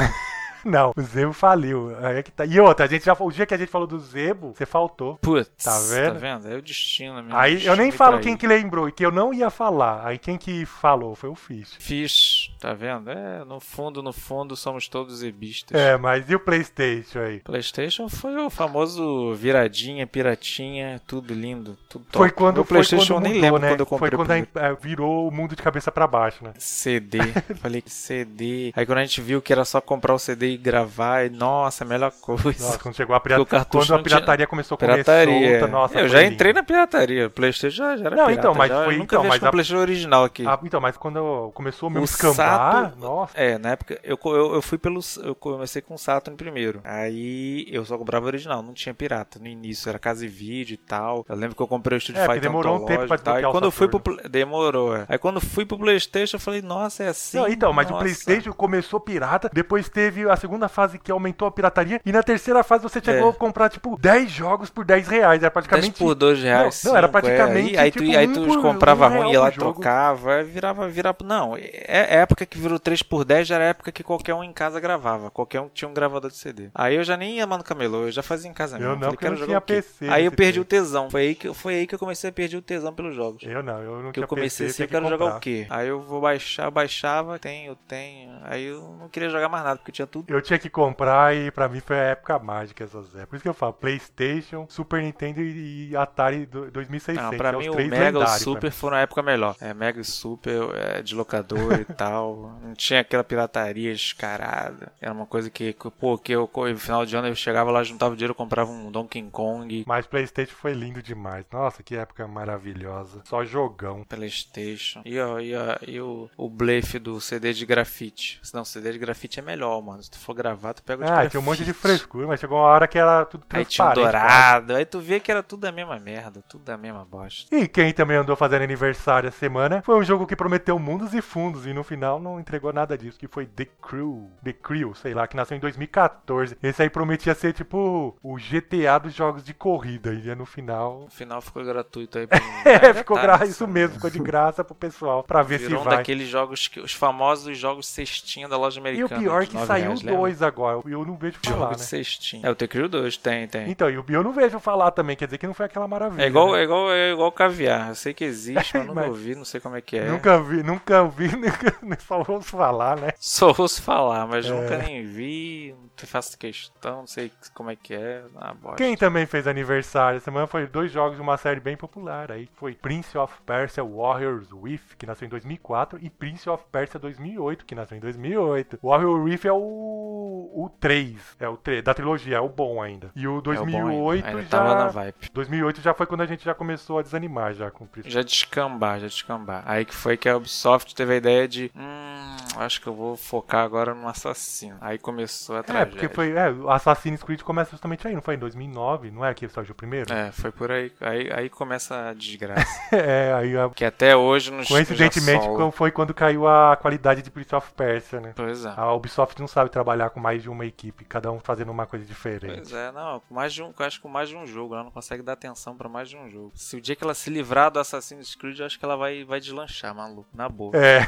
Speaker 2: Não, o Zebo faliu. Aí é que tá. E outra, a gente já, o dia que a gente falou do Zebo, você faltou.
Speaker 4: Putz,
Speaker 2: Tá vendo?
Speaker 4: Tá vendo? É o destino mesmo.
Speaker 2: Aí
Speaker 4: destino
Speaker 2: eu nem
Speaker 4: me
Speaker 2: falo
Speaker 4: traiu.
Speaker 2: quem que lembrou e que eu não ia falar. Aí quem que falou foi o Fish.
Speaker 4: Fiz, tá vendo? É, no fundo, no fundo, somos todos zebistas.
Speaker 2: É, mas e o PlayStation aí?
Speaker 4: PlayStation foi o famoso viradinha, piratinha, tudo lindo, tudo top.
Speaker 2: Foi quando,
Speaker 4: Meu
Speaker 2: foi
Speaker 4: PlayStation
Speaker 2: quando
Speaker 4: eu nem
Speaker 2: mudou,
Speaker 4: lembro
Speaker 2: né?
Speaker 4: quando eu comprei
Speaker 2: Foi
Speaker 4: o
Speaker 2: quando a, eh, virou o mundo de cabeça pra baixo, né? <laughs>
Speaker 4: CD. Falei que CD. Aí quando a gente viu que era só comprar o CD e gravar, e, nossa, a melhor coisa.
Speaker 2: Nossa, quando chegou a
Speaker 4: Porque o
Speaker 2: pirataria.
Speaker 4: cartucho
Speaker 2: Quando a
Speaker 4: não tinha-
Speaker 2: pirataria começou a comer
Speaker 4: <laughs> Pirataria.
Speaker 2: solta, nossa.
Speaker 4: eu
Speaker 2: foi
Speaker 4: já
Speaker 2: lindo.
Speaker 4: entrei na pirataria. O PlayStation já, já era
Speaker 2: Não,
Speaker 4: pirata,
Speaker 2: então, mas
Speaker 4: já,
Speaker 2: foi-
Speaker 4: eu nunca
Speaker 2: então,
Speaker 4: vi
Speaker 2: mas
Speaker 4: acho que o
Speaker 2: a-
Speaker 4: PlayStation original aqui.
Speaker 2: Ah, então, mas quando começou mesmo
Speaker 4: O
Speaker 2: escambar,
Speaker 4: Sato-
Speaker 2: nossa.
Speaker 4: É, na época eu, co- eu, eu fui pelo. Eu comecei com o Saturn primeiro. Aí eu só comprava o original, não tinha pirata. No início era casa e vídeo e tal. Eu lembro que eu comprei o Street
Speaker 2: É, porque
Speaker 4: Fighter.
Speaker 2: demorou um tempo
Speaker 4: Antológico
Speaker 2: pra
Speaker 4: e tal.
Speaker 2: desbloquear
Speaker 4: Aí
Speaker 2: o
Speaker 4: quando eu fui pro.
Speaker 2: Saturno.
Speaker 4: Pla- Demorou, é. Aí quando eu fui pro Playstation, eu falei, nossa, é assim.
Speaker 2: Não, então, mas o
Speaker 4: Nossa.
Speaker 2: Playstation começou pirata, depois teve a segunda fase que aumentou a pirataria, e na terceira fase você chegou
Speaker 4: É.
Speaker 2: a comprar, tipo, 10 jogos por 10 reais. Era
Speaker 4: 10
Speaker 2: praticamente.
Speaker 4: por 2 tipo, reais.
Speaker 2: Não, não, era
Speaker 4: cinco, é.
Speaker 2: praticamente,
Speaker 4: Aí, aí tu,
Speaker 2: tipo,
Speaker 4: aí
Speaker 2: um
Speaker 4: tu
Speaker 2: por-
Speaker 4: comprava
Speaker 2: um real
Speaker 4: ruim, ia lá
Speaker 2: o jogo.
Speaker 4: trocava, aí virava, virava. Não, é, é época que virou 3 por 10 já era a época que qualquer um em casa gravava. Qualquer um tinha um gravador de CD. Aí eu já nem ia mais no camelô, eu já fazia em casa
Speaker 2: Eu
Speaker 4: mesmo.
Speaker 2: não,
Speaker 4: Falei,
Speaker 2: porque eu
Speaker 4: quero
Speaker 2: não
Speaker 4: jogar
Speaker 2: tinha
Speaker 4: o quê?
Speaker 2: PC
Speaker 4: Aí eu
Speaker 2: nesse
Speaker 4: perdi o
Speaker 2: tempo.
Speaker 4: tesão. Foi aí, que, eu- foi aí que eu comecei a perder o tesão pelos jogos.
Speaker 2: Eu não, eu não
Speaker 4: Que
Speaker 2: tinha
Speaker 4: eu comecei
Speaker 2: PC, tinha
Speaker 4: assim, eu quero
Speaker 2: que
Speaker 4: jogar o
Speaker 2: comprar.
Speaker 4: quê? Aí eu vou baixar, eu baixava, tenho, tenho. Aí eu não queria jogar mais nada, porque tinha tudo.
Speaker 2: Eu tinha que comprar e pra mim foi a época mágica essas épocas. Por isso que eu falo, Playstation, Super Nintendo e e Atari do- 2600.
Speaker 4: Ah, pra
Speaker 2: que é
Speaker 4: mim
Speaker 2: os
Speaker 4: o
Speaker 2: três
Speaker 4: Mega e o
Speaker 2: lendários pra
Speaker 4: Super
Speaker 2: mim.
Speaker 4: foram a época melhor. É, Mega e Super é, de locador e
Speaker 2: <laughs>
Speaker 4: tal. Não tinha aquela pirataria descarada. Era uma coisa que, que, pô, que eu, no final de ano eu chegava lá, juntava dinheiro, comprava um Donkey Kong,
Speaker 2: Mas Playstation foi lindo demais. Nossa, que época maravilhosa. Só jogão.
Speaker 4: Playstation. E, ó, e, ó, e o, o blefe do CD de grafite. Não, CD de grafite é melhor, mano. Se tu for gravar, tu pega o de
Speaker 2: Ah, tinha um monte
Speaker 4: grafite.
Speaker 2: de frescura, mas chegou uma hora que era tudo
Speaker 4: Aí tinha um
Speaker 2: transparente. né? cara.
Speaker 4: dourado. Aí tu vê que era tudo a mesma merda, tudo a mesma bosta.
Speaker 2: E quem também andou fazendo aniversário essa semana foi um jogo que prometeu mundos e fundos e no final não entregou nada disso, que foi The Crew. The Crew, sei lá, que nasceu em 2014. Esse aí prometia ser tipo o GTA dos jogos de corrida e no final <laughs>
Speaker 4: No final ficou gratuito aí pra mim.
Speaker 2: É, ficou
Speaker 4: Detalhe,
Speaker 2: graça, isso
Speaker 4: sabe?
Speaker 2: mesmo, ficou de graça pro pessoal, pra ver
Speaker 4: Virou um
Speaker 2: se vai.
Speaker 4: daqueles jogos, que, os famosos jogos cestinha da loja
Speaker 2: E o
Speaker 4: americana.
Speaker 2: pior é
Speaker 4: de
Speaker 2: que
Speaker 4: nove
Speaker 2: saiu
Speaker 4: reais, lembra?
Speaker 2: dois agora, eu não vejo
Speaker 4: Jogo
Speaker 2: falar,
Speaker 4: de
Speaker 2: né?
Speaker 4: cestinha. É, o The Crew 2 tem, tem.
Speaker 2: Então, e o eu não vejo falar também, quer dizer que não foi aquela maravilha.
Speaker 4: É igual,
Speaker 2: né?
Speaker 4: é, igual, é igual caviar. Eu sei
Speaker 2: <laughs>
Speaker 4: que existe, mas nunca
Speaker 2: Mas-
Speaker 4: ouvi, não sei como é que é.
Speaker 2: Nunca vi, nunca vi, <laughs> nunca, só vamos falar, né?
Speaker 4: Só ouço falar,
Speaker 2: É.
Speaker 4: mas nunca nem vi, não te faço questão, não sei como é que é. Ah, bosta.
Speaker 2: Quem também fez aniversário essa semana foi dois jogos de uma série bem popular. Aí foi Prince of Persia Warriors Reef, que nasceu em 2004, e Prince of Persia 2008, que nasceu em 2008. Warrior Reef é o o 3. É o 3 da trilogia, é o bom ainda. E o
Speaker 4: É o bom ainda.
Speaker 2: 2008
Speaker 4: ainda
Speaker 2: já
Speaker 4: tava na vibe.
Speaker 2: 2008 já foi quando a gente já começou a desanimar já com o Priscila.
Speaker 4: Já descambar, já descambar. Aí que foi que a Ubisoft teve a ideia de. Hum, acho que eu vou focar agora no assassino. Aí começou a
Speaker 2: É,
Speaker 4: tragédia.
Speaker 2: porque foi. É, o Assassin's Creed começa justamente aí, não foi? Em 2009, não é que surgiu o primeiro?
Speaker 4: É, foi por aí. Aí, aí começa a desgraça.
Speaker 2: <laughs> É, aí. a-
Speaker 4: que até hoje nos
Speaker 2: Coincidentemente,
Speaker 4: Como...
Speaker 2: foi quando caiu a qualidade de Prince of Persia, né?
Speaker 4: Pois é.
Speaker 2: A Ubisoft não sabe trabalhar com mais de uma equipe, cada um fazendo uma coisa diferente.
Speaker 4: Pois é, não, com mais de um, eu acho que com mais de um jogo, ela não consegue dar atenção pra mais de um jogo. Se o dia que ela se livrar do Assassin's Creed, eu acho que ela vai, vai deslanchar, maluco, na boa.
Speaker 2: É,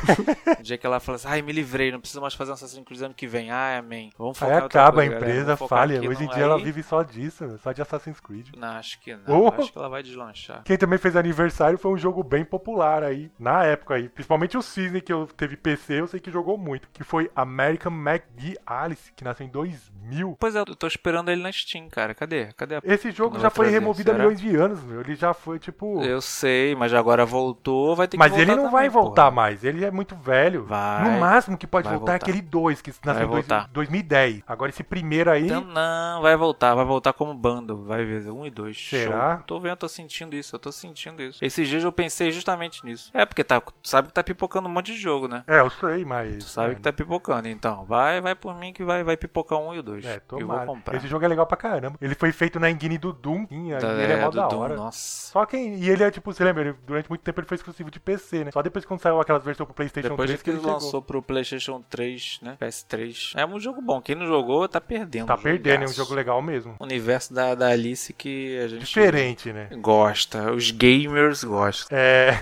Speaker 4: O dia que ela fala assim, ai, me livrei, não preciso mais fazer um Assassin's Creed ano que vem, ai, amém. Vamos
Speaker 2: aí
Speaker 4: focar em outra
Speaker 2: acaba a
Speaker 4: coisa, galera,
Speaker 2: empresa,
Speaker 4: vamos focar
Speaker 2: falha.
Speaker 4: aqui,
Speaker 2: Hoje em
Speaker 4: não-
Speaker 2: dia ela
Speaker 4: aí-
Speaker 2: vive só disso, né? só de Assassin's Creed.
Speaker 4: Não, acho que não,
Speaker 2: Oh!
Speaker 4: acho que ela vai deslanchar.
Speaker 2: Quem também fez aniversário foi um jogo bem popular aí, na época aí. Principalmente o Cisne, que eu teve PC, eu sei que jogou muito. Que foi American McGee Alice, que nasceu em 2000.
Speaker 4: Pois é, eu tô esperando ele na Steam, cara, cadê? Cadê a...
Speaker 2: Esse jogo
Speaker 4: Não
Speaker 2: já
Speaker 4: vai
Speaker 2: foi
Speaker 4: trazer,
Speaker 2: removido
Speaker 4: será?
Speaker 2: há milhões de anos, meu. Ele já foi, tipo...
Speaker 4: Eu sei, mas agora voltou, vai ter que
Speaker 2: Mas
Speaker 4: voltar
Speaker 2: ele não vai
Speaker 4: também, porra.
Speaker 2: voltar mais. Ele é muito velho.
Speaker 4: Vai.
Speaker 2: No máximo que pode
Speaker 4: Vai
Speaker 2: voltar é
Speaker 4: voltar.
Speaker 2: aquele 2, que
Speaker 4: Vai
Speaker 2: nasceu em dois-
Speaker 4: voltar.
Speaker 2: 2010. Agora esse primeiro aí...
Speaker 4: Então não, vai voltar, vai voltar como bando, vai ver, um e dois. show.
Speaker 2: Será?
Speaker 4: Tô vendo, tô sentindo isso, eu tô sentindo isso. Esses dias eu pensei justamente nisso. É, porque tá, tu sabe que tá pipocando um monte de jogo, né?
Speaker 2: É, eu sei, mas...
Speaker 4: Tu sabe que tá pipocando, então vai, vai por mim que vai, vai pipocar um e o dois.
Speaker 2: É,
Speaker 4: eu vou
Speaker 2: tomara.
Speaker 4: comprar.
Speaker 2: Esse jogo é legal pra caramba. Ele foi feito na engine do Doom. Sim, a engine é, mó
Speaker 4: do
Speaker 2: da
Speaker 4: Doom,
Speaker 2: hora.
Speaker 4: nossa.
Speaker 2: Só quem. E ele é tipo, você lembra, ele- durante muito tempo ele foi exclusivo de PC, né? Só depois quando saiu aquelas versões pro PlayStation
Speaker 4: Depois
Speaker 2: 3
Speaker 4: que ele
Speaker 2: chegou.
Speaker 4: lançou pro PlayStation 3, né? PS3. É um jogo bom. Quem não jogou tá perdendo.
Speaker 2: Tá
Speaker 4: um
Speaker 2: perdendo, é um
Speaker 4: jogaço.
Speaker 2: jogo legal mesmo.
Speaker 4: O universo da, da Alice que a gente
Speaker 2: Diferente, né?
Speaker 4: gosta. Os gamers gostam.
Speaker 2: É.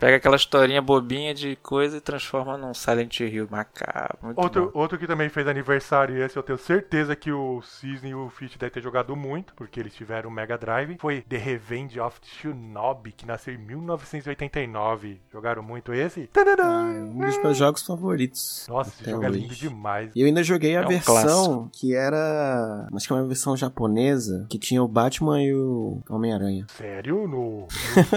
Speaker 4: Pega aquela historinha bobinha de coisa e transforma num Silent Hill macabro. Muito
Speaker 2: outro,
Speaker 4: bom.
Speaker 2: outro que também fez aniversário, e esse eu tenho certeza que o Cisne e o Fitch devem ter jogado muito, porque eles tiveram o Mega Drive, foi The Revenge of Shinobi, que nasceu em 1989. Jogaram muito esse? Tadadã!
Speaker 5: Ah, é um dos meus jogos favoritos.
Speaker 2: Nossa, esse
Speaker 5: até
Speaker 2: jogo é
Speaker 5: hoje.
Speaker 2: lindo demais.
Speaker 5: E eu ainda joguei a
Speaker 4: É um
Speaker 5: versão
Speaker 4: clássico.
Speaker 5: que era. Acho que é uma versão japonesa que tinha o Batman e o Homem-Aranha.
Speaker 2: Sério?
Speaker 5: <laughs>
Speaker 2: No, no-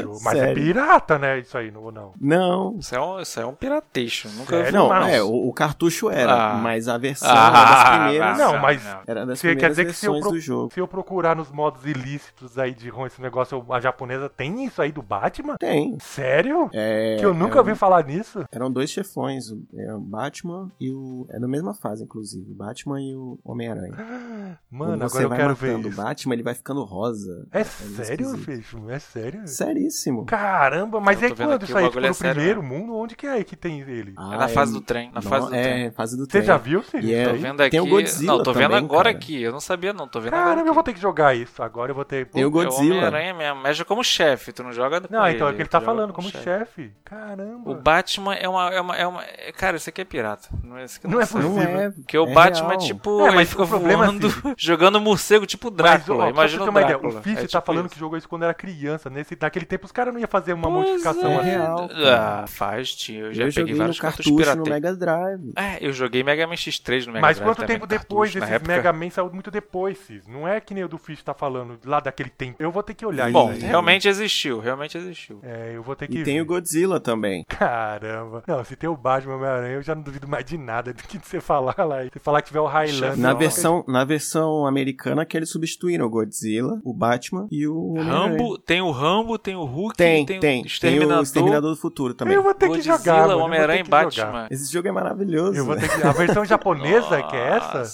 Speaker 2: no- mas é
Speaker 5: Sério.
Speaker 2: pirata, né? Isso aí, não ou não?
Speaker 5: Não.
Speaker 4: Isso é um, isso é um piratation. Nunca
Speaker 2: Sério?
Speaker 4: vi.
Speaker 5: Não,
Speaker 2: mas-
Speaker 5: é, o, o cartucho era,
Speaker 4: Ah.
Speaker 5: mas a versão
Speaker 4: Ah,
Speaker 5: era das primeiras.
Speaker 2: Não, mas-
Speaker 5: Era das
Speaker 2: Você quer
Speaker 5: primeiras
Speaker 2: dizer que se eu
Speaker 5: versões
Speaker 2: pro-
Speaker 5: do jogo.
Speaker 2: Se eu procurar nos modos ilícitos aí de ROM esse negócio, eu- a japonesa tem isso aí do Batman?
Speaker 5: Tem.
Speaker 2: Sério?
Speaker 5: É,
Speaker 2: que eu nunca
Speaker 5: é,
Speaker 2: ouvi falar nisso?
Speaker 5: Eram dois chefões, o é, o Batman e o. É na mesma fase, inclusive. O Batman e o Homem-Aranha. Quando
Speaker 2: Mano,
Speaker 5: você
Speaker 2: agora eu
Speaker 5: vai
Speaker 2: quero
Speaker 5: matando
Speaker 2: ver
Speaker 5: o
Speaker 2: isso.
Speaker 5: Batman, ele vai ficando rosa.
Speaker 2: É
Speaker 5: meio
Speaker 2: sério,
Speaker 5: esquisito.
Speaker 2: Fecho? É sério?
Speaker 5: Seríssimo.
Speaker 2: Caramba, mas
Speaker 4: Eu
Speaker 2: é
Speaker 4: tô vendo
Speaker 2: quando
Speaker 4: aqui,
Speaker 2: isso
Speaker 4: o
Speaker 2: aí? Tipo,
Speaker 4: bagulho
Speaker 2: no
Speaker 4: é sério,
Speaker 2: primeiro mundo? Onde que é que tem ele?
Speaker 4: É na fase do trem. Na fase do
Speaker 5: é,
Speaker 4: trem.
Speaker 5: fase do
Speaker 2: Você
Speaker 5: trem.
Speaker 2: já viu, Cid?
Speaker 5: E Ah, é-
Speaker 2: isso
Speaker 4: Tô
Speaker 2: aí?
Speaker 4: vendo aqui.
Speaker 5: Tem o Godzilla
Speaker 4: não, tô vendo
Speaker 5: também,
Speaker 4: agora
Speaker 5: cara.
Speaker 4: aqui. Eu não sabia, não. Tô vendo
Speaker 2: Caramba,
Speaker 4: agora.
Speaker 2: eu vou ter que jogar isso. Agora eu vou ter...
Speaker 5: Tem o
Speaker 4: aqui. É o
Speaker 5: Godzilla.
Speaker 4: Homem-Aranha mesmo. Mas joga como chefe. Tu não joga com
Speaker 2: Não, então é o que ele tá
Speaker 4: tu joga
Speaker 2: falando, como chefe.
Speaker 4: O
Speaker 2: Caramba.
Speaker 4: Batman é uma, é uma, é uma- é- Cara, isso aqui é pirata. Não é, isso aqui
Speaker 2: Não é
Speaker 4: sei.
Speaker 5: Não é.
Speaker 4: Porque o
Speaker 5: é
Speaker 4: Batman é
Speaker 5: real.
Speaker 4: tipo.
Speaker 2: É, mas
Speaker 4: ele fica
Speaker 2: o problema é
Speaker 4: voando,
Speaker 2: assim-
Speaker 4: <laughs> jogando morcego tipo Drácula.
Speaker 2: ó,
Speaker 4: Imagina
Speaker 2: pra
Speaker 4: o
Speaker 2: você ter uma
Speaker 4: Drácula.
Speaker 2: ideia, o Fitch
Speaker 4: É
Speaker 2: tá
Speaker 4: tipo
Speaker 2: falando
Speaker 4: isso.
Speaker 2: que jogou isso quando era criança. Nesse, naquele tempo os caras não iam fazer uma
Speaker 4: Pois
Speaker 2: modificação
Speaker 5: é
Speaker 2: assim.
Speaker 5: real, cara.
Speaker 4: Então, Ah, faz, tio. Eu já
Speaker 5: Eu
Speaker 4: peguei
Speaker 5: joguei no
Speaker 4: vários cartuchos
Speaker 5: cartucho, no
Speaker 4: piratei.
Speaker 5: Mega Drive.
Speaker 4: É, eu joguei Mega Man X3 no Mega
Speaker 2: Mas
Speaker 4: Drive
Speaker 2: quanto
Speaker 4: também,
Speaker 2: tempo
Speaker 4: no
Speaker 2: depois
Speaker 4: cartucho, na
Speaker 2: desses
Speaker 4: época.
Speaker 2: Mega Man saiu muito depois, Cis. Não é que nem o do Fitch tá falando lá daquele tempo. Eu vou ter que olhar
Speaker 4: Bom,
Speaker 5: né?
Speaker 2: isso. aí.
Speaker 4: realmente existiu, realmente existiu.
Speaker 2: É, eu vou ter que
Speaker 5: E tem
Speaker 2: ver.
Speaker 5: o Godzilla também.
Speaker 2: Caramba. Não, se tem o Batman e o Homem-Aranha, eu já não duvido mais de nada do que você falar <laughs> lá. Se falar que tiver o Highlander...
Speaker 5: Na
Speaker 2: eu-
Speaker 5: versão, na versão americana que eles substituíram o Godzilla, o Batman e o Homem-Aranha.
Speaker 4: Rambo, tem o Rambo, tem o Hulk,
Speaker 5: é Tem,
Speaker 4: tem,
Speaker 5: tem.
Speaker 4: o
Speaker 5: Tem
Speaker 4: Exterminador,
Speaker 5: o Exterminador do Futuro também.
Speaker 2: Eu vou ter que
Speaker 4: Godzilla,
Speaker 2: jogar, mano. eu vou
Speaker 4: Homem-Aranha e
Speaker 2: ter que jogar.
Speaker 4: Batman.
Speaker 5: Esse jogo é maravilhoso.
Speaker 2: Eu vou ter que... A versão japonesa, que é essa?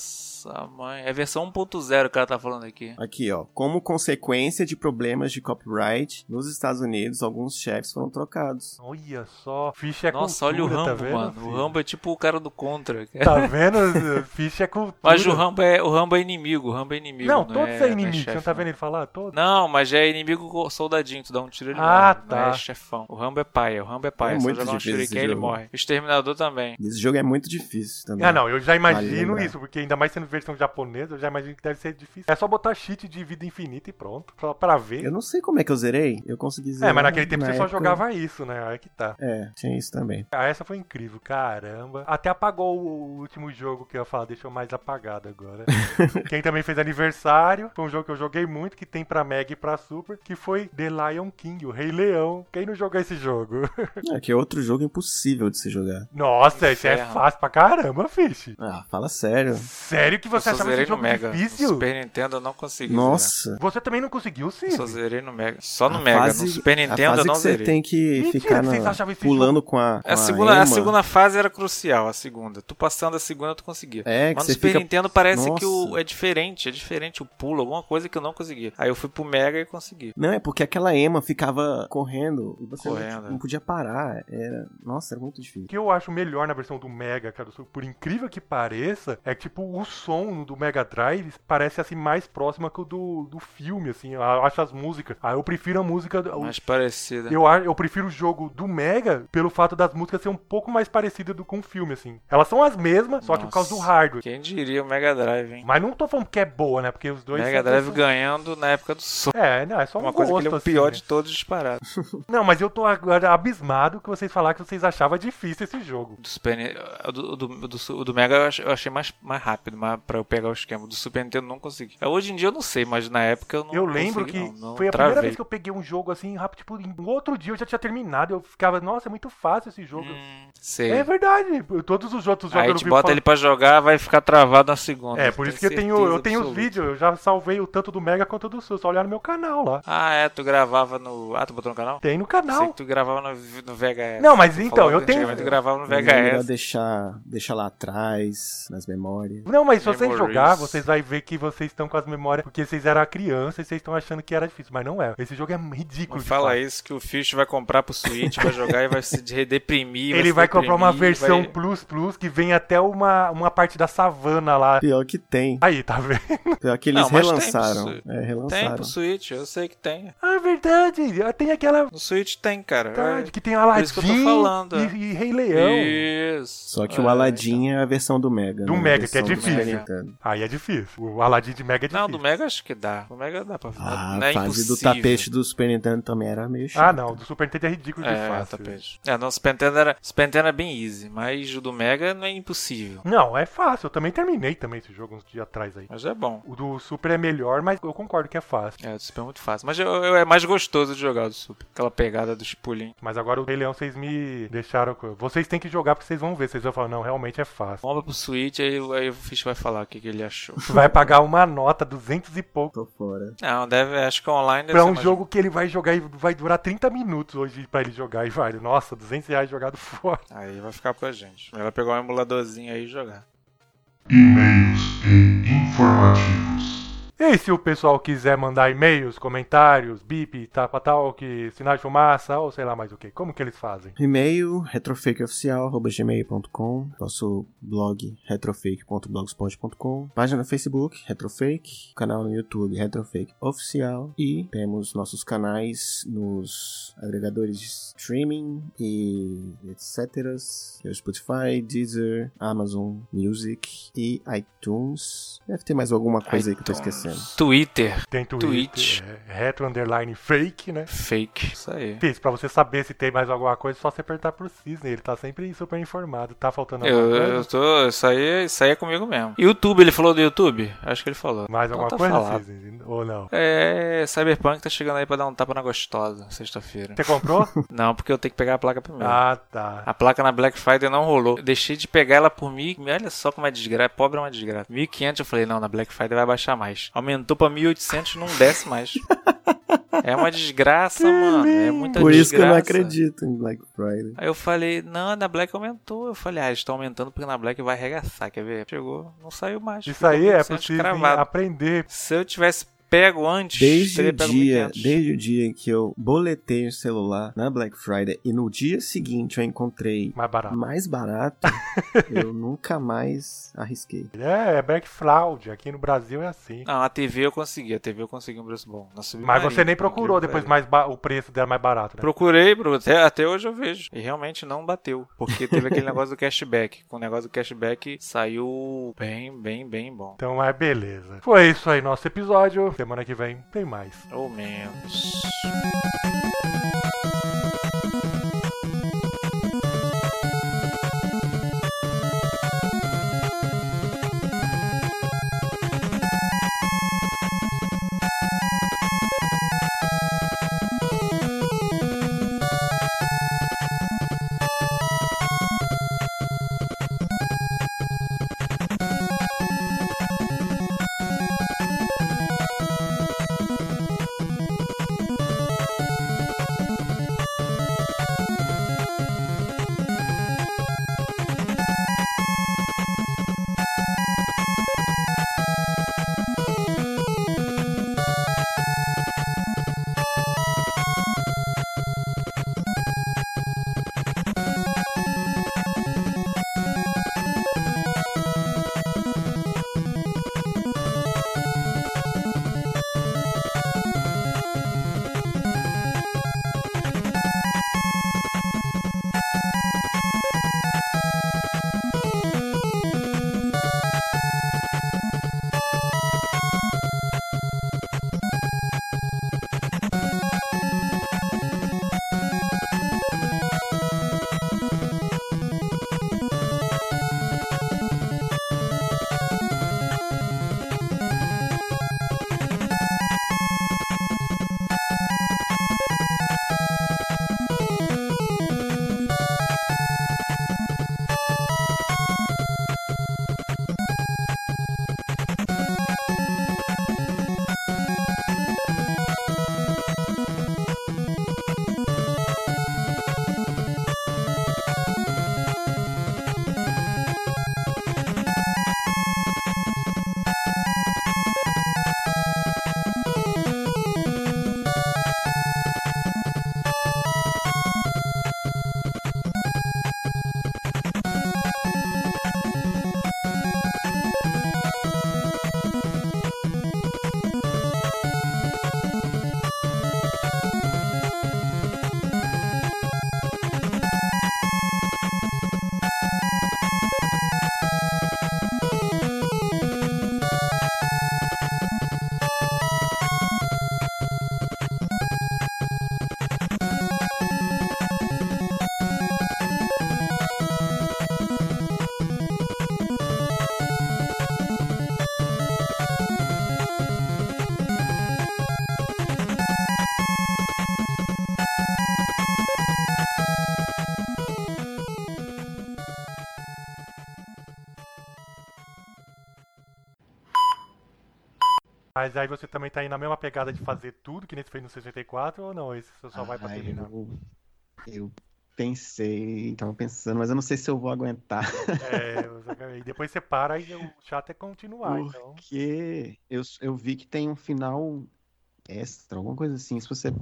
Speaker 4: Nossa, mãe. É versão 1.0 o cara tá falando aqui.
Speaker 5: Aqui, ó. Como consequência de problemas de copyright, nos Estados Unidos, alguns chefes foram trocados.
Speaker 2: Olha só. Ficha é
Speaker 4: Nossa,
Speaker 2: cultura,
Speaker 4: olha o Rambo,
Speaker 2: tá vendo,
Speaker 4: mano. O
Speaker 2: filho?
Speaker 4: Rambo é tipo o cara do Contra.
Speaker 2: Tá vendo? Ficha é cultura.
Speaker 4: Mas o Rambo, é, o Rambo é inimigo, o Rambo é inimigo.
Speaker 2: Não,
Speaker 4: Não,
Speaker 2: todos
Speaker 4: é,
Speaker 2: é inimigo.
Speaker 4: Não, é
Speaker 2: Você não
Speaker 4: chefe,
Speaker 2: tá vendo ele falar? Todos?
Speaker 4: Não, mas é inimigo com soldadinho, tu dá um tiro ele
Speaker 2: Ah,
Speaker 4: morre.
Speaker 2: tá.
Speaker 4: Não é chefão. O Rambo é pai, o Rambo é pai.
Speaker 5: É
Speaker 4: Só
Speaker 5: muito
Speaker 4: jogar um
Speaker 5: difícil esse
Speaker 4: shuriken ele
Speaker 5: jogo.
Speaker 4: morre. O Exterminador também.
Speaker 5: Esse jogo é muito difícil também.
Speaker 2: Ah, não, eu já imagino
Speaker 5: lembrar.
Speaker 2: isso, porque ainda mais sendo versão japonesa, eu já imagino que deve ser difícil. É só botar cheat de vida infinita e pronto. Só pra ver.
Speaker 3: Eu não sei como é que eu zerei. Eu consegui zerar.
Speaker 2: É, mas naquele tempo
Speaker 3: na
Speaker 2: você só
Speaker 3: época.
Speaker 2: jogava isso, né? Aí que tá.
Speaker 3: É, tinha isso também.
Speaker 2: Ah, essa foi incrível, caramba. Até apagou o último jogo que eu ia falar, deixou mais apagado agora. Quem também fez aniversário, foi um jogo que eu joguei muito, que tem pra Mega e pra Super, que foi The Lion King, o Rei Leão. Quem não jogou esse jogo? <laughs>
Speaker 3: É que é outro jogo impossível de se jogar.
Speaker 2: Nossa, esse é
Speaker 4: Inferno.
Speaker 2: fácil pra caramba, Fish.
Speaker 3: Ah, fala sério.
Speaker 2: Sério que você
Speaker 4: eu só
Speaker 2: achava
Speaker 4: zerei
Speaker 2: esse
Speaker 4: no
Speaker 2: jogo é
Speaker 4: Mega. No
Speaker 2: difícil?
Speaker 4: Super Nintendo eu não consegui. zerar.
Speaker 3: Nossa.
Speaker 2: Você também não conseguiu, sim?
Speaker 4: Eu só zerei no Mega. Só no
Speaker 3: A
Speaker 4: Mega.
Speaker 3: fase-
Speaker 4: no Super
Speaker 3: a
Speaker 4: Nintendo
Speaker 3: fase
Speaker 4: eu não
Speaker 3: que você
Speaker 4: zerei. É
Speaker 3: tem que
Speaker 2: Mentira,
Speaker 3: ficar
Speaker 2: vocês
Speaker 3: na-
Speaker 2: achavam esse
Speaker 3: pulando com a. com
Speaker 4: A segunda, a
Speaker 3: Emma.
Speaker 4: segunda fase era crucial, a segunda. Tu passando a segunda, tu conseguia.
Speaker 3: É, que
Speaker 4: Mas
Speaker 3: você
Speaker 4: no Super
Speaker 3: fica-
Speaker 4: Nintendo parece que o,
Speaker 3: Nossa.
Speaker 4: é diferente, é diferente o pulo, alguma coisa que eu não conseguia. Aí eu fui pro Mega e consegui.
Speaker 3: Não, é porque aquela Ema ficava correndo e você não-
Speaker 4: Correndo, é.
Speaker 3: não podia parar. Era... Nossa, era muito difícil.
Speaker 2: O que eu acho melhor na versão do Mega, cara, do Super, por incrível que pareça, é que, tipo, o som do Mega Drive parece, assim, mais próximo que o do, do filme, assim. Eu acho as músicas. Ah, eu prefiro a música... do-
Speaker 4: Mais parecida.
Speaker 2: Eu, a- eu prefiro o jogo do Mega pelo fato das músicas ser um pouco mais parecidas do, com o filme, assim. Elas são as mesmas, só que por causa do
Speaker 4: Nossa.
Speaker 2: hardware.
Speaker 4: Quem diria o Mega Drive, hein?
Speaker 2: Mas não tô falando que é boa, né? Porque os dois...
Speaker 4: Mega
Speaker 2: são-
Speaker 4: Drive
Speaker 2: são-
Speaker 4: ganhando na época do som.
Speaker 2: É, não, é só um
Speaker 4: Uma coisa que
Speaker 2: gosto,
Speaker 4: ele é o
Speaker 2: assim,
Speaker 4: pior
Speaker 2: né?
Speaker 4: de todos disparados.
Speaker 2: Não, mas eu tô agora abismado que vocês falaram que vocês achavam difícil esse jogo.
Speaker 4: Do Super Ni- o do, o do, o do Su- o do Mega eu ach- eu achei mais, mais rápido, mas pra eu pegar o esquema. Do Super Nintendo eu não consegui. É, Hoje em dia eu não sei, mas na época eu não
Speaker 2: Eu lembro
Speaker 4: consegui,
Speaker 2: que
Speaker 4: não, não
Speaker 2: foi a
Speaker 4: travei.
Speaker 2: primeira vez que eu peguei um jogo assim, rápido, tipo, em- no outro dia eu já tinha terminado. Eu ficava, nossa, é muito fácil esse jogo.
Speaker 4: Hum, sei.
Speaker 2: é verdade. Todos os outros jogos
Speaker 4: Aí
Speaker 2: eu
Speaker 4: te
Speaker 2: vi
Speaker 4: bota
Speaker 2: falar-
Speaker 4: ele pra jogar, vai ficar travado na segunda.
Speaker 2: É, por isso que eu tenho,
Speaker 4: certeza
Speaker 2: eu tenho os
Speaker 4: absoluta.
Speaker 2: vídeos, eu já salvei o tanto do Mega quanto do Sul, só olhar no meu canal lá.
Speaker 4: Ah, é, tu gravava no. Ah, tu botou no canal?
Speaker 2: Tem no
Speaker 4: Sei
Speaker 2: canal.
Speaker 4: que tu gravava no, no VHS.
Speaker 2: Não, mas
Speaker 4: Tu
Speaker 2: então,
Speaker 4: falou
Speaker 2: eu
Speaker 4: que
Speaker 2: tenho-
Speaker 4: antigamente Tu gravava no
Speaker 3: Mas É melhor
Speaker 4: VHS.
Speaker 3: deixar, deixar lá atrás, nas memórias.
Speaker 2: Não, mas se vocês
Speaker 4: Memories.
Speaker 2: jogar, vocês vão ver que vocês estão com as memórias, porque vocês eram criança e vocês estão achando que era difícil, mas não é. Esse jogo é ridículo.
Speaker 4: Não
Speaker 2: de
Speaker 4: fala
Speaker 2: fácil.
Speaker 4: isso que o Fish vai comprar pro Switch, vai jogar e vai se <laughs> de- redeprimir.
Speaker 2: Ele
Speaker 4: se
Speaker 2: vai comprar uma
Speaker 4: deprimir,
Speaker 2: versão
Speaker 4: vai-
Speaker 2: Plus Plus que vem até uma, uma parte da savana lá.
Speaker 3: Pior que tem.
Speaker 2: Aí, tá vendo?
Speaker 3: Pior que eles
Speaker 4: Não, mas tem
Speaker 3: relançaram.
Speaker 4: pro Switch.
Speaker 3: É,
Speaker 4: Tem
Speaker 3: relançaram.
Speaker 2: né?
Speaker 4: pro Switch, eu sei que tem.
Speaker 2: Ah, verdade. Tem aquela
Speaker 4: No Switch tem, cara.
Speaker 2: verdade
Speaker 4: É.
Speaker 2: que tem
Speaker 4: Por isso que eu tô
Speaker 2: Aladdin
Speaker 4: falando, é.
Speaker 2: e, e Rei Leão.
Speaker 4: Isso.
Speaker 3: Só que
Speaker 4: É,
Speaker 3: o Aladdin é a versão do Mega.
Speaker 2: Do
Speaker 3: né? A
Speaker 2: Mega, que é
Speaker 3: versão do
Speaker 2: difícil.
Speaker 3: Super Nintendo.
Speaker 2: Aí é difícil. O Aladdin de Mega é
Speaker 4: então.
Speaker 2: difícil.
Speaker 4: Não, do Mega acho que dá. O Mega dá pra
Speaker 3: Ah,
Speaker 4: não é
Speaker 3: a fase do
Speaker 4: impossível.
Speaker 3: tapete do Super Nintendo também era meio chato.
Speaker 2: Ah, não. Do Super Nintendo é ridículo de
Speaker 4: É,
Speaker 2: fácil.
Speaker 4: tapete. É, não, o Super Nintendo era, Super Nintendo era bem easy, mas o do Mega não é impossível.
Speaker 2: Não, é fácil. Eu também terminei também esse jogo uns dias atrás aí.
Speaker 4: Mas é bom.
Speaker 2: O do Super é melhor, mas eu concordo que é fácil.
Speaker 4: É, o do Super é muito fácil. Mas eu, eu- é mais gostoso de jogar o do Super. Aquela pegada dos pulinhos.
Speaker 2: Mas agora o Rei Leão vocês me deixaram. com- Vocês têm que jogar porque vocês vão ver. Vocês vão falar, não, realmente é fácil.
Speaker 4: Bomba pro Switch, aí, aí o Fish vai falar o que, que
Speaker 3: <laughs>
Speaker 4: ele achou.
Speaker 2: Vai pagar uma nota, 200 e pouco.
Speaker 3: Tô fora.
Speaker 4: Não, deve, acho que online deve
Speaker 2: Pra
Speaker 4: ser
Speaker 2: um
Speaker 4: é mais-
Speaker 2: jogo que ele vai jogar e vai durar 30 minutos hoje pra ele jogar e vale. Nossa, 200 reais jogado fora.
Speaker 4: Aí vai ficar com a gente. Ela pegar um emuladorzinho aí e jogar.
Speaker 1: E-mails e informativos.
Speaker 2: E se o pessoal quiser mandar e-mails, comentários, bip, tapa tal, que sinal de fumaça, ou sei lá mais o que, como que eles fazem?
Speaker 3: E-mail, retrofakeoficial.gmail.com Nosso blog, retrofake.blogspot.com Página no Facebook, Retrofake Canal no YouTube, Retrofake Oficial E temos nossos canais nos agregadores de streaming e etc. Que é o Spotify, Deezer, Amazon Music e iTunes Deve ter mais alguma coisa aí que eu tô esquecendo
Speaker 4: Twitter.
Speaker 2: Tem Twitch,
Speaker 4: Twitch.
Speaker 2: é, retro underline fake, né?
Speaker 4: Fake. Isso aí.
Speaker 2: Fiz, pra você saber se tem mais alguma coisa, é só você apertar pro Cisne, ele tá sempre super informado. Tá
Speaker 3: é
Speaker 2: faltando alguma
Speaker 4: Eu,
Speaker 2: coisa?
Speaker 4: eu tô. Isso aí, isso aí é comigo mesmo. YouTube, ele falou do YouTube? Acho que ele falou.
Speaker 2: Mais
Speaker 4: Então
Speaker 2: alguma
Speaker 4: tá
Speaker 2: coisa,
Speaker 4: falado.
Speaker 2: Cisne? Ou não?
Speaker 4: É. Cyberpunk tá chegando aí pra dar um tapa na gostosa, sexta-feira.
Speaker 2: Você
Speaker 4: <laughs>
Speaker 2: comprou?
Speaker 4: Não, porque eu tenho que pegar a placa primeiro.
Speaker 2: ah, tá.
Speaker 4: A placa na Black Friday não rolou. Eu deixei de pegar ela por mil. Olha só como é desgraça. Pobre é uma desgraça. 1.500 eu falei, não, na Black Friday vai baixar mais. Aumentou pra 1.800 não
Speaker 3: <laughs>
Speaker 4: desce mais. é uma desgraça, mano. É muita
Speaker 3: Por
Speaker 4: desgraça.
Speaker 3: isso que eu não acredito em Black Friday
Speaker 4: Aí eu falei, não, na Black aumentou. Eu falei, ah, eles estão aumentando porque na Black vai arregaçar, quer ver? Chegou, não saiu mais.
Speaker 2: Isso
Speaker 4: Ficou
Speaker 2: aí é
Speaker 4: 1.800
Speaker 2: pro Cisne
Speaker 4: cravado.
Speaker 2: aprender.
Speaker 4: Se eu tivesse pego antes,
Speaker 3: Desde
Speaker 4: teria
Speaker 3: o,
Speaker 4: pego
Speaker 3: dia,
Speaker 4: 1500.
Speaker 3: desde o dia em que eu boletei o celular na Black Friday e no dia seguinte eu encontrei
Speaker 2: Mais barato.
Speaker 3: mais barato, <laughs> eu nunca mais arrisquei.
Speaker 2: É, é Black Fraud. Aqui no Brasil é assim.
Speaker 4: Não, a TV eu consegui, a TV eu consegui um preço bom. Na
Speaker 2: Mas
Speaker 4: Submarino,
Speaker 2: você nem procurou
Speaker 4: porque-
Speaker 2: depois mais ba- o preço dela mais barato, né?
Speaker 4: Procurei, Bruno. Até, até hoje eu vejo. E realmente não bateu. Porque teve aquele <laughs> negócio do cashback. Com o negócio do cashback saiu bem, bem, bem bom.
Speaker 2: Então, mas beleza. Foi isso aí, nosso episódio. Semana que vem tem mais.
Speaker 4: Ou menos.
Speaker 2: Mas aí você também tá aí na mesma pegada de fazer tudo que nem você fez no 64 ou não? Esse você só vai pra
Speaker 3: Ai,
Speaker 2: terminar.
Speaker 3: Eu, eu pensei, tava pensando, mas eu não sei se eu vou aguentar.
Speaker 2: É, você- e depois você para e o chato é continuar, então.
Speaker 3: <laughs> Porque eu, eu vi que tem um final extra, alguma coisa assim. Se você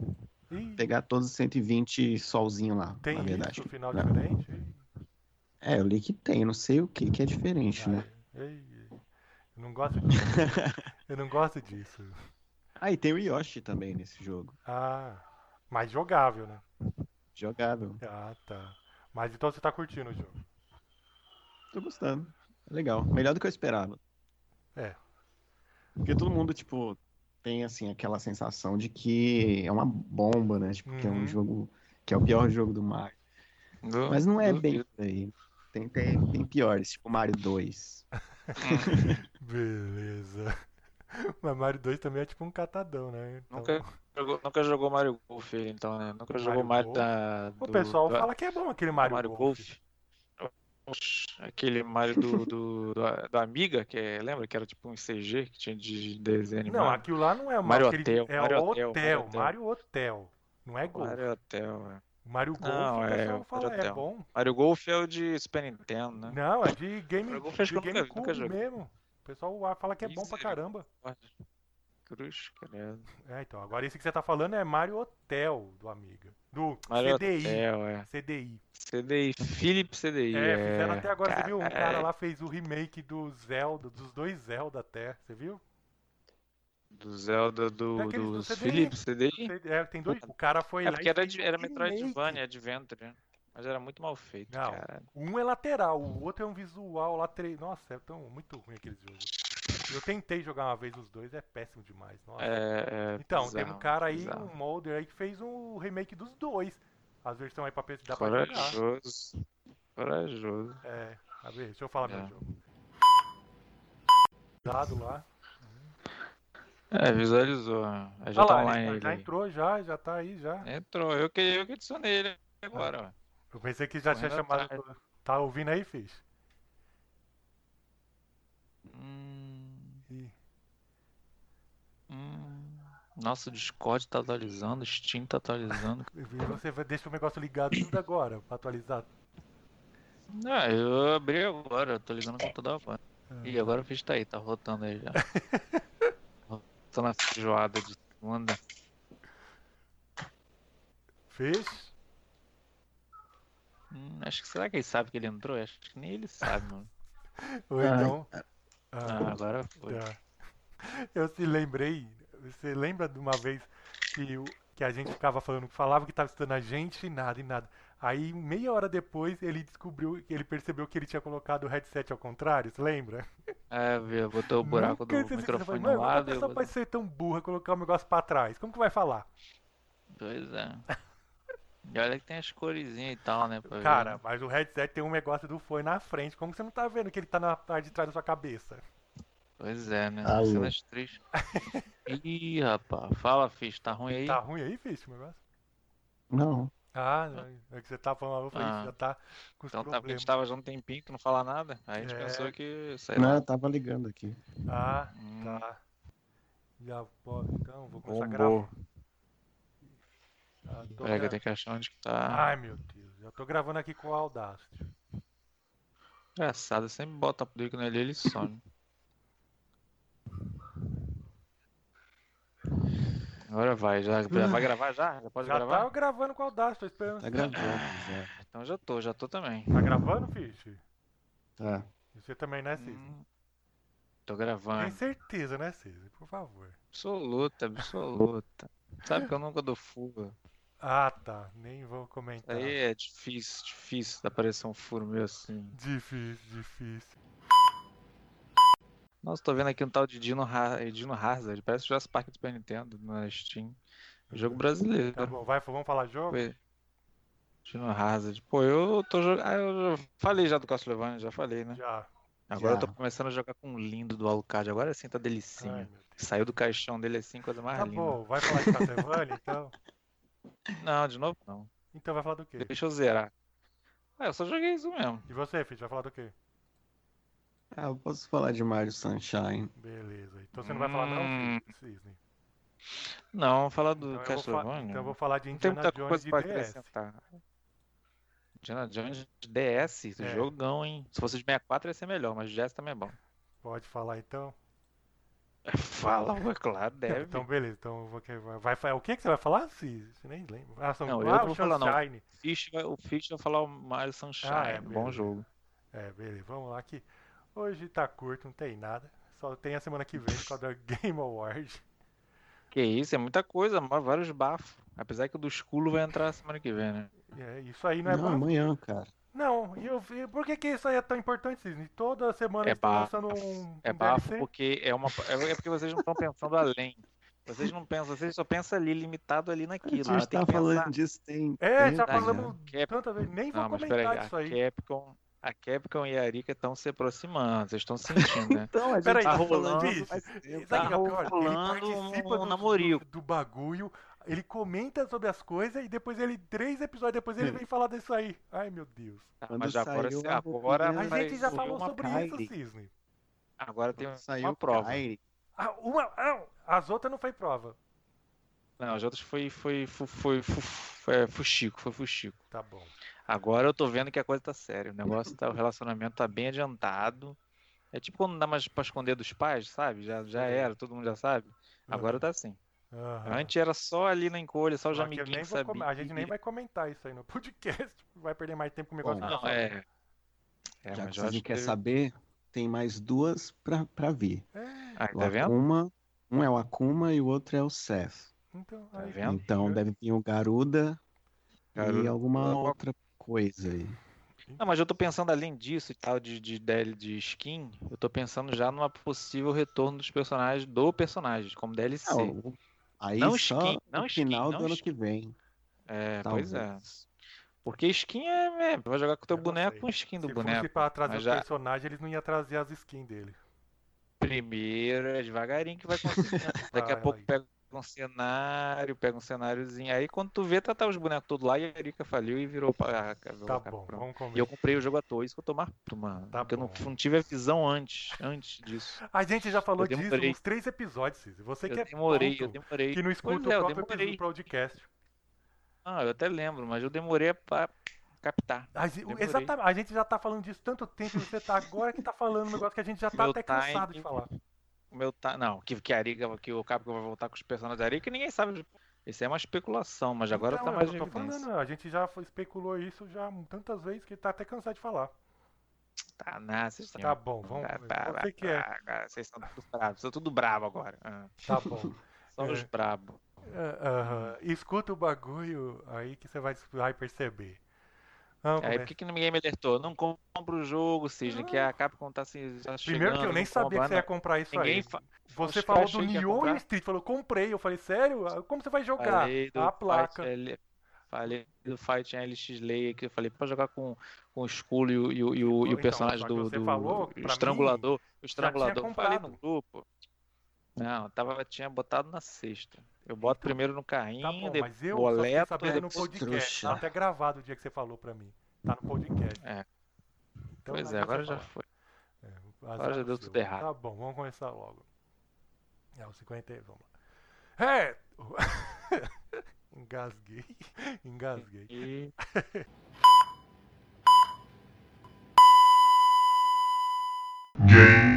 Speaker 2: Ih,
Speaker 3: pegar todos os 120 solzinho lá,
Speaker 2: tem
Speaker 3: na verdade.
Speaker 2: isso, final
Speaker 3: Não.
Speaker 2: diferente? Ih.
Speaker 3: É, eu li que tem, não sei o que que é diferente, né?
Speaker 2: Ai, ei, eu não gosto
Speaker 3: <laughs>
Speaker 2: disso. eu não gosto disso.
Speaker 3: Ah, e tem o Yoshi também nesse jogo.
Speaker 2: Ah, mais jogável, né?
Speaker 3: Jogável.
Speaker 2: Ah, tá. Mas então você tá curtindo o jogo.
Speaker 3: Tô gostando. É Legal. Melhor do que eu esperava.
Speaker 2: É.
Speaker 3: Porque todo mundo, tipo, tem, assim, aquela sensação de que é uma bomba, né? Tipo, que é
Speaker 2: Uhum.
Speaker 3: um jogo... Que é o pior jogo do Mario.
Speaker 4: Du-
Speaker 3: Mas não é
Speaker 4: duvido.
Speaker 3: bem por aí. Tem, tem, tem piores, tipo Mario 2.
Speaker 2: Beleza. <laughs> Mas Mario 2 também é tipo um catadão, né? Então,
Speaker 4: Nunca jogou, nunca jogou Mario Golf ele, então, né? Nunca jogou Mario
Speaker 2: Mario
Speaker 4: da.
Speaker 2: O
Speaker 4: do-
Speaker 2: pessoal
Speaker 4: do-
Speaker 2: fala que é bom aquele
Speaker 4: Mario,
Speaker 2: Mario,
Speaker 4: Golf. Oxi, Aquele Mario do, do, do, do Amiga, que é, lembra que era tipo um CG que tinha de desenho animado?
Speaker 2: Não, aquilo lá não é o
Speaker 4: né? Mario
Speaker 2: aquele-
Speaker 4: Hotel,
Speaker 2: É
Speaker 4: Mario
Speaker 2: o
Speaker 4: Hotel,
Speaker 2: hotel,
Speaker 4: Mario Hotel.
Speaker 2: Mario Hotel. Não é Golf.
Speaker 4: Mario Hotel, velho.
Speaker 2: O Mario Golf,
Speaker 4: Não,
Speaker 2: o
Speaker 4: é
Speaker 2: pessoal
Speaker 4: o
Speaker 2: fala,
Speaker 4: Mario
Speaker 2: é
Speaker 4: Hotel.
Speaker 2: bom.
Speaker 4: Mario Golf é o de Super Nintendo, né?
Speaker 2: Não, é de Game,
Speaker 4: Mario Golf acho
Speaker 2: de
Speaker 4: que eu nunca vi, nunca
Speaker 2: GameCube
Speaker 4: joguei.
Speaker 2: mesmo. O pessoal fala que é bom pra
Speaker 4: Misericórdia.
Speaker 2: caramba.
Speaker 4: Cruz, credo.
Speaker 2: É, então, agora esse que você tá falando é Mario Hotel do Amiga. Do
Speaker 4: Mario
Speaker 2: CDI.
Speaker 4: Hotel, é.
Speaker 2: CDI.
Speaker 4: CDI, Philip CDI.
Speaker 2: É, fizeram até agora. Você viu? Um cara
Speaker 4: Caralho.
Speaker 2: lá fez o remake do Zelda, dos dois Zelda até. Você viu?
Speaker 4: Do Zelda, do,
Speaker 2: Daqueles do
Speaker 4: dos
Speaker 2: CDI.
Speaker 4: Philip CDI.
Speaker 2: É, tem dois. O cara foi
Speaker 4: É
Speaker 2: lá.
Speaker 4: porque
Speaker 2: e
Speaker 4: era,
Speaker 2: fez
Speaker 4: de- era
Speaker 2: um
Speaker 4: Metroidvania, Adventure. né? Mas era muito mal feito,
Speaker 2: Não.
Speaker 4: cara.
Speaker 2: Um é lateral, o outro é um visual lá. Tre... Nossa, é tão muito ruim aqueles jogos. Eu tentei jogar uma vez os dois, é péssimo demais. Nossa.
Speaker 4: É, é
Speaker 2: então, tem
Speaker 4: bizarro,
Speaker 2: um cara aí,
Speaker 4: bizarro.
Speaker 2: um molder aí, que fez um remake dos dois. As versões aí pra PC dá pra jogar.
Speaker 4: Corajoso. Corajoso.
Speaker 2: É, a ver, deixa eu falar meu
Speaker 4: É.
Speaker 2: jogo. Dado lá.
Speaker 4: É, visualizou. né? Aí Já
Speaker 2: Ah
Speaker 4: tá
Speaker 2: lá,
Speaker 4: online
Speaker 2: já,
Speaker 4: ele.
Speaker 2: já entrou já, já tá aí já.
Speaker 4: Entrou. Eu que, eu que adicionei ele agora, ó.
Speaker 2: Eu pensei que já tinha
Speaker 4: Ainda
Speaker 2: chamado.
Speaker 4: tá.
Speaker 2: Tá ouvindo aí, Fiz?
Speaker 4: Hum,
Speaker 2: Ih.
Speaker 4: hum. Nossa, o Discord tá atualizando, o Steam
Speaker 2: <laughs>
Speaker 4: tá atualizando.
Speaker 2: Você vai- deixa o negócio ligado tudo agora, pra atualizar.
Speaker 4: Não, Ah, eu abri agora, eu tô ligando o computador agora.
Speaker 2: É.
Speaker 4: Ih, agora o fiz tá aí, tá rotando aí
Speaker 2: <laughs>
Speaker 4: já. Tô na feijoada de segunda.
Speaker 2: Fez?
Speaker 4: Hum, acho que será que ele sabe que ele entrou? Acho que nem ele sabe, mano.
Speaker 2: Ou então. Ah.
Speaker 4: Ah, agora foi.
Speaker 2: Tá. Eu se lembrei, você lembra de uma vez que, o- que a gente ficava falando, falava que estava estudando a gente e nada, e nada. Aí, meia hora depois, ele descobriu, ele percebeu que ele tinha colocado o headset ao contrário, você lembra?
Speaker 4: É, vê, botou o buraco
Speaker 2: Nunca
Speaker 4: do
Speaker 2: esqueci, você
Speaker 4: microfone
Speaker 2: "Mano,
Speaker 4: no lado.
Speaker 2: Como é
Speaker 4: e
Speaker 2: a
Speaker 4: eu
Speaker 2: pessoa pode ser tão burra colocar o negócio pra trás? Como que vai falar?
Speaker 4: Pois é. E olha que tem as coresinhas e tal, né? pra ver.
Speaker 2: Cara, mas o headset tem um negócio do fone na frente, como que você não tá vendo que ele tá na parte de trás da sua cabeça?
Speaker 4: Pois é, né?
Speaker 5: Alô.
Speaker 4: Cenas tristes. Ih, rapaz, fala, Fiz, tá ruim aí?
Speaker 2: Tá ruim aí, Fish, o negócio?
Speaker 5: Não.
Speaker 2: Ah, é que você tá falando, eu falei,
Speaker 4: Ah.
Speaker 2: já tá com os
Speaker 4: Então tá, porque a
Speaker 2: problemas.
Speaker 4: gente tava já um tempinho que não fala nada. Aí a gente
Speaker 2: É.
Speaker 4: pensou que, sei
Speaker 5: Não,
Speaker 4: lá.
Speaker 5: eu tava ligando aqui.
Speaker 2: Ah,
Speaker 4: Hum.
Speaker 2: tá. Já pode, então, vou começar
Speaker 4: Bombou.
Speaker 2: a gravar. Já tô
Speaker 4: Peraí, que eu
Speaker 2: gra-
Speaker 4: tenho que achar onde que tá.
Speaker 2: Ai, meu Deus, já tô gravando aqui com o Audacity.
Speaker 4: Engraçado, sempre bota público nele e ele some. Agora vai, já, já vai gravar já? Já pode
Speaker 2: Já
Speaker 4: gravar?
Speaker 2: tá gravando com o Audacity, tô esperando.
Speaker 5: Tá gravando já.
Speaker 4: Então já tô, já tô também.
Speaker 2: Tá gravando, Fish?
Speaker 5: Tá.
Speaker 2: E Você também, né, Cid?
Speaker 4: Hum, Tô
Speaker 2: Tem
Speaker 4: gravando.
Speaker 2: certeza, né, Cid? Por favor.
Speaker 4: Absoluta, absoluta. Sabe que eu nunca dou fuga.
Speaker 2: Ah, tá. Nem vou comentar.
Speaker 4: Aí é difícil, difícil de aparecer um furo meu assim.
Speaker 2: Difícil, difícil.
Speaker 4: Nossa, tô vendo aqui um tal de Dino, Har Dino Hazard. Parece o Jurassic Park do Super Nintendo na Steam. É um Jogo brasileiro.
Speaker 2: Tá bom, vai, vamos falar jogo?
Speaker 4: Foi. Dino Hazard. Pô, eu tô jogando. Ah, eu já falei já do Castlevania, já falei, né?
Speaker 2: Já.
Speaker 4: Agora
Speaker 5: Já.
Speaker 4: eu tô começando a jogar com o lindo do Alucard. Agora sim tá
Speaker 2: Ai,
Speaker 4: delicinha.
Speaker 2: meu Deus.
Speaker 4: Saiu do caixão dele assim, coisa mais
Speaker 2: Tá
Speaker 4: linda.
Speaker 2: bom, vai falar de Castlevania, então?
Speaker 4: Não, de novo não.
Speaker 2: Então vai falar
Speaker 4: <laughs>
Speaker 2: do quê?
Speaker 4: Deixa eu zerar. Ah, eu só joguei isso mesmo.
Speaker 2: E você, Fish, vai falar do quê?
Speaker 5: Ah, eu posso falar de Mario Sunshine.
Speaker 2: Beleza. Então você não vai falar não,
Speaker 4: Hum.
Speaker 2: Fish? Cisne?
Speaker 4: Não, vamos falar
Speaker 2: Então
Speaker 4: do
Speaker 2: eu, vou fa-
Speaker 4: Castlevania.
Speaker 2: então eu vou falar de
Speaker 4: Não tem
Speaker 2: Indiana
Speaker 4: muita
Speaker 2: Jones
Speaker 4: coisa
Speaker 2: e
Speaker 4: pra
Speaker 2: DS.
Speaker 4: acrescentar. Indiana Jones DS, esse
Speaker 2: É.
Speaker 4: jogão, hein? Se fosse de 64 ia ser melhor, mas DS também é bom. <laughs>
Speaker 2: Pode falar então?
Speaker 4: Fala, ué, claro, deve.
Speaker 2: Então beleza, então eu vou que- vai, vai fa- o que que você vai falar? Se, se nem lembro. Ah, são
Speaker 4: Não, eu
Speaker 2: ah,
Speaker 4: não
Speaker 2: o
Speaker 4: vou falar, não.
Speaker 2: Sunshine.
Speaker 4: Fish vai- o Fish vai falar o Mario Sunshine, um
Speaker 2: Ah, é,
Speaker 4: bom
Speaker 2: beleza.
Speaker 4: jogo.
Speaker 2: É, beleza, vamos lá que hoje tá curto, não tem nada. Só tem a semana que vem com a da <laughs> Game Award.
Speaker 4: Que isso, é muita coisa, mas vários bafos. Apesar que o do esculo vai entrar semana que vem, né?
Speaker 2: É, isso aí não é
Speaker 5: Não,
Speaker 2: bom.
Speaker 5: amanhã, cara.
Speaker 2: Não, e eu vi. Por que, que isso aí é tão importante, Cisne? Toda semana
Speaker 4: É
Speaker 2: eles tão
Speaker 4: bafo,
Speaker 2: lançando um,
Speaker 4: é
Speaker 2: um
Speaker 4: bafo
Speaker 2: DLC.
Speaker 4: porque é uma é porque vocês não estão pensando além. Vocês não pensam, vocês só pensam ali limitado ali
Speaker 5: A
Speaker 4: naquilo.
Speaker 5: gente
Speaker 4: mas tem
Speaker 5: tá
Speaker 4: que pensar-
Speaker 5: falando disso tem.
Speaker 2: É,
Speaker 5: tempo,
Speaker 4: tá
Speaker 2: já
Speaker 5: cara.
Speaker 2: falamos
Speaker 4: Cap-
Speaker 2: tanta vez. Nem Então, vou
Speaker 4: é Não, mas peraí,
Speaker 2: comentar
Speaker 4: a
Speaker 2: disso aí.
Speaker 4: Capcom, a Capcom e a Arica estão se aproximando, vocês estão sentindo, né?
Speaker 5: Então, a gente
Speaker 2: Peraí,
Speaker 5: tá
Speaker 2: <laughs> tá
Speaker 5: rolando.
Speaker 2: rolando,
Speaker 5: faz
Speaker 2: Sabe o
Speaker 5: tempo.
Speaker 2: que é
Speaker 4: tá
Speaker 2: o pior?
Speaker 4: rolando
Speaker 2: ele participa
Speaker 4: um
Speaker 2: do,
Speaker 4: namorico.
Speaker 2: do, do bagulho, ele comenta sobre as coisas e depois ele, três episódios depois, ele vem falar disso aí. Ai, meu Deus.
Speaker 4: Tá,
Speaker 5: Quando
Speaker 4: mas agora,
Speaker 5: saiu
Speaker 4: se-
Speaker 5: a
Speaker 4: agora,
Speaker 2: A
Speaker 5: roupinha-
Speaker 4: vai-
Speaker 2: gente já
Speaker 5: surgiu
Speaker 2: falou
Speaker 5: uma
Speaker 2: sobre
Speaker 5: praia.
Speaker 2: isso, Cisne.
Speaker 4: agora tem
Speaker 5: Saiu
Speaker 4: uma prova.
Speaker 5: Kyrie.
Speaker 2: Ah, uma, ah, as outras não foi prova.
Speaker 4: Não, as outras foi foi foi foi, fu- fu- é, fuxico, foi fuxico.
Speaker 2: Tá bom.
Speaker 4: Agora eu tô vendo que a coisa tá séria, o negócio tá, o relacionamento tá bem adiantado. É tipo quando não dá mais pra esconder dos pais, sabe? Já já era, todo mundo já sabe. Agora tá assim.
Speaker 2: É. Aham.
Speaker 4: Antes era só ali na encolha, só os
Speaker 2: Só que eu nem
Speaker 4: amiguinhos que
Speaker 2: vou com-
Speaker 4: sabiam.
Speaker 2: A gente nem vai comentar isso aí no <laughs> podcast. Vai perder mais tempo com o negócio.
Speaker 6: Bom,
Speaker 2: que tá
Speaker 4: Não,
Speaker 2: falando.
Speaker 4: é. É,
Speaker 6: Já
Speaker 4: mas
Speaker 6: que vocês
Speaker 4: eu acho
Speaker 6: não
Speaker 4: que...
Speaker 6: querem saber, tem mais duas pra, pra vir.
Speaker 4: Aí,
Speaker 6: O
Speaker 4: tá vendo?
Speaker 6: Akuma, um é o Akuma e o outro é o Seth.
Speaker 2: Então,
Speaker 4: Tá
Speaker 2: aí-
Speaker 4: vendo?
Speaker 6: Então deve vir o Garuda, e
Speaker 4: Garuda.
Speaker 6: alguma
Speaker 4: Alguma-
Speaker 6: outra coisa aí.
Speaker 4: Não, mas eu tô pensando além disso e tal, de, de, DL de skin, eu tô pensando já numa possível retorno dos personagens, do personagem, como DLC.
Speaker 6: Não, aí
Speaker 4: Não
Speaker 6: só
Speaker 4: skin, não
Speaker 6: no
Speaker 4: skin,
Speaker 6: final
Speaker 4: não
Speaker 6: do ano
Speaker 4: skin.
Speaker 6: que vem.
Speaker 4: é,
Speaker 6: talvez.
Speaker 4: pois é. Porque skin é, é vai jogar com o teu
Speaker 2: Eu não
Speaker 4: boneco
Speaker 2: sei.
Speaker 4: com skin do
Speaker 2: Se
Speaker 4: boneco.
Speaker 2: fosse pra trazer
Speaker 4: mas
Speaker 2: os
Speaker 4: já-
Speaker 2: personagens, eles não iam trazer as skins dele.
Speaker 4: Primeiro é devagarinho que
Speaker 2: <laughs>
Speaker 4: vai conseguindo. Daqui a
Speaker 2: Vai,
Speaker 4: pouco
Speaker 2: vai.
Speaker 4: pega um cenário, pega um cenáriozinho. Aí quando tu vê, tá, tá os bonecos todos lá e a Erika faliu e virou pra. ah, virou
Speaker 2: Tá
Speaker 4: pra-
Speaker 2: bom,
Speaker 4: pra-
Speaker 2: vamos
Speaker 4: E eu
Speaker 2: comer.
Speaker 4: comprei o jogo à toa, isso que eu tô marputo, mano.
Speaker 2: Tá
Speaker 4: porque eu não,
Speaker 2: bom.
Speaker 4: não tive a visão antes, antes disso.
Speaker 2: A gente já falou
Speaker 4: eu
Speaker 2: disso
Speaker 4: demorei.
Speaker 2: nos três episódios, Cícero. Você que é
Speaker 4: Eu demorei,
Speaker 2: tonto,
Speaker 4: eu demorei.
Speaker 2: que não escuta
Speaker 4: Pois
Speaker 2: o
Speaker 4: é, eu
Speaker 2: próprio
Speaker 4: demorei.
Speaker 2: episódio do podcast.
Speaker 4: Ah, eu até lembro, mas eu demorei pra captar.
Speaker 2: A, gen-
Speaker 4: Demorei.
Speaker 2: exatamente, a gente já tá falando disso tanto tempo e você tá agora que tá falando um negócio que a gente já tá
Speaker 4: Meu
Speaker 2: até cansado de
Speaker 4: timing.
Speaker 2: falar.
Speaker 4: O meu tá. Não, que, que a Ariga, que o Capcom vai voltar com os personagens da Ariga, que ninguém sabe. Isso é uma especulação, mas agora
Speaker 2: Então,
Speaker 4: tá
Speaker 2: eu
Speaker 4: mais
Speaker 2: tô
Speaker 4: em evidência.
Speaker 2: falando, a gente já especulou isso já tantas vezes que tá até cansado de falar.
Speaker 4: Tá, nada, vocês estão.
Speaker 2: Tá bom, vamos.
Speaker 4: Ah,
Speaker 2: comer. Você que é.
Speaker 4: ah, ah, Vocês estão tudo bravos, são tudo brabo agora. Ah,
Speaker 2: Tá bom.
Speaker 4: só os
Speaker 2: É.
Speaker 4: brabo.
Speaker 2: Ah, ah, escuta o bagulho aí que você vai, vai perceber. Vamos
Speaker 4: Aí
Speaker 2: começar.
Speaker 4: por que, que ninguém me alertou? Não compra o jogo, Cisne, que a Capcom tá se. Tá
Speaker 2: Primeiro
Speaker 4: chegando,
Speaker 2: que eu nem
Speaker 4: não
Speaker 2: sabia
Speaker 4: compra,
Speaker 2: que você ia comprar isso
Speaker 4: não. Ninguém
Speaker 2: aí.
Speaker 4: fa...
Speaker 2: Você
Speaker 4: os
Speaker 2: falou
Speaker 4: caras
Speaker 2: do
Speaker 4: achei que ia
Speaker 2: Nioh e
Speaker 4: comprar.
Speaker 2: Street. Falou, comprei. Eu falei, sério? Ah, Como você vai jogar?
Speaker 4: Falei do
Speaker 2: a placa.
Speaker 4: Fight L- Falei do Fight em LX Layer, que eu falei pra jogar com, com o Skull e o, e o, e o- e o
Speaker 2: Então,
Speaker 4: personagem
Speaker 2: só que
Speaker 4: do,
Speaker 2: você
Speaker 4: do-
Speaker 2: falou,
Speaker 4: do
Speaker 2: pra mim,
Speaker 4: Estrangulador. o Estrangulador eu falei
Speaker 2: comprado.
Speaker 4: no grupo. Não, eu tava, tinha botado na sexta. Eu boto primeiro no carrinho,
Speaker 2: Então, Tá bom,
Speaker 4: depois
Speaker 2: mas eu só fiquei
Speaker 4: boleto,
Speaker 2: sabendo no
Speaker 4: depois-
Speaker 2: podcast.
Speaker 6: trouxa.
Speaker 2: Tá até gravado o dia que você falou pra mim. Tá no podcast.
Speaker 4: É.
Speaker 2: Então,
Speaker 4: pois
Speaker 2: nada
Speaker 4: é,
Speaker 2: pra
Speaker 4: agora
Speaker 2: falar.
Speaker 4: já foi.
Speaker 2: Azar
Speaker 4: Agora já deu
Speaker 2: seu.
Speaker 4: tudo errado.
Speaker 2: Tá bom, vamos começar logo. É, o 50 e- vamos lá. É! <laughs> Engasguei. <laughs> Engasguei.
Speaker 4: E
Speaker 1: Game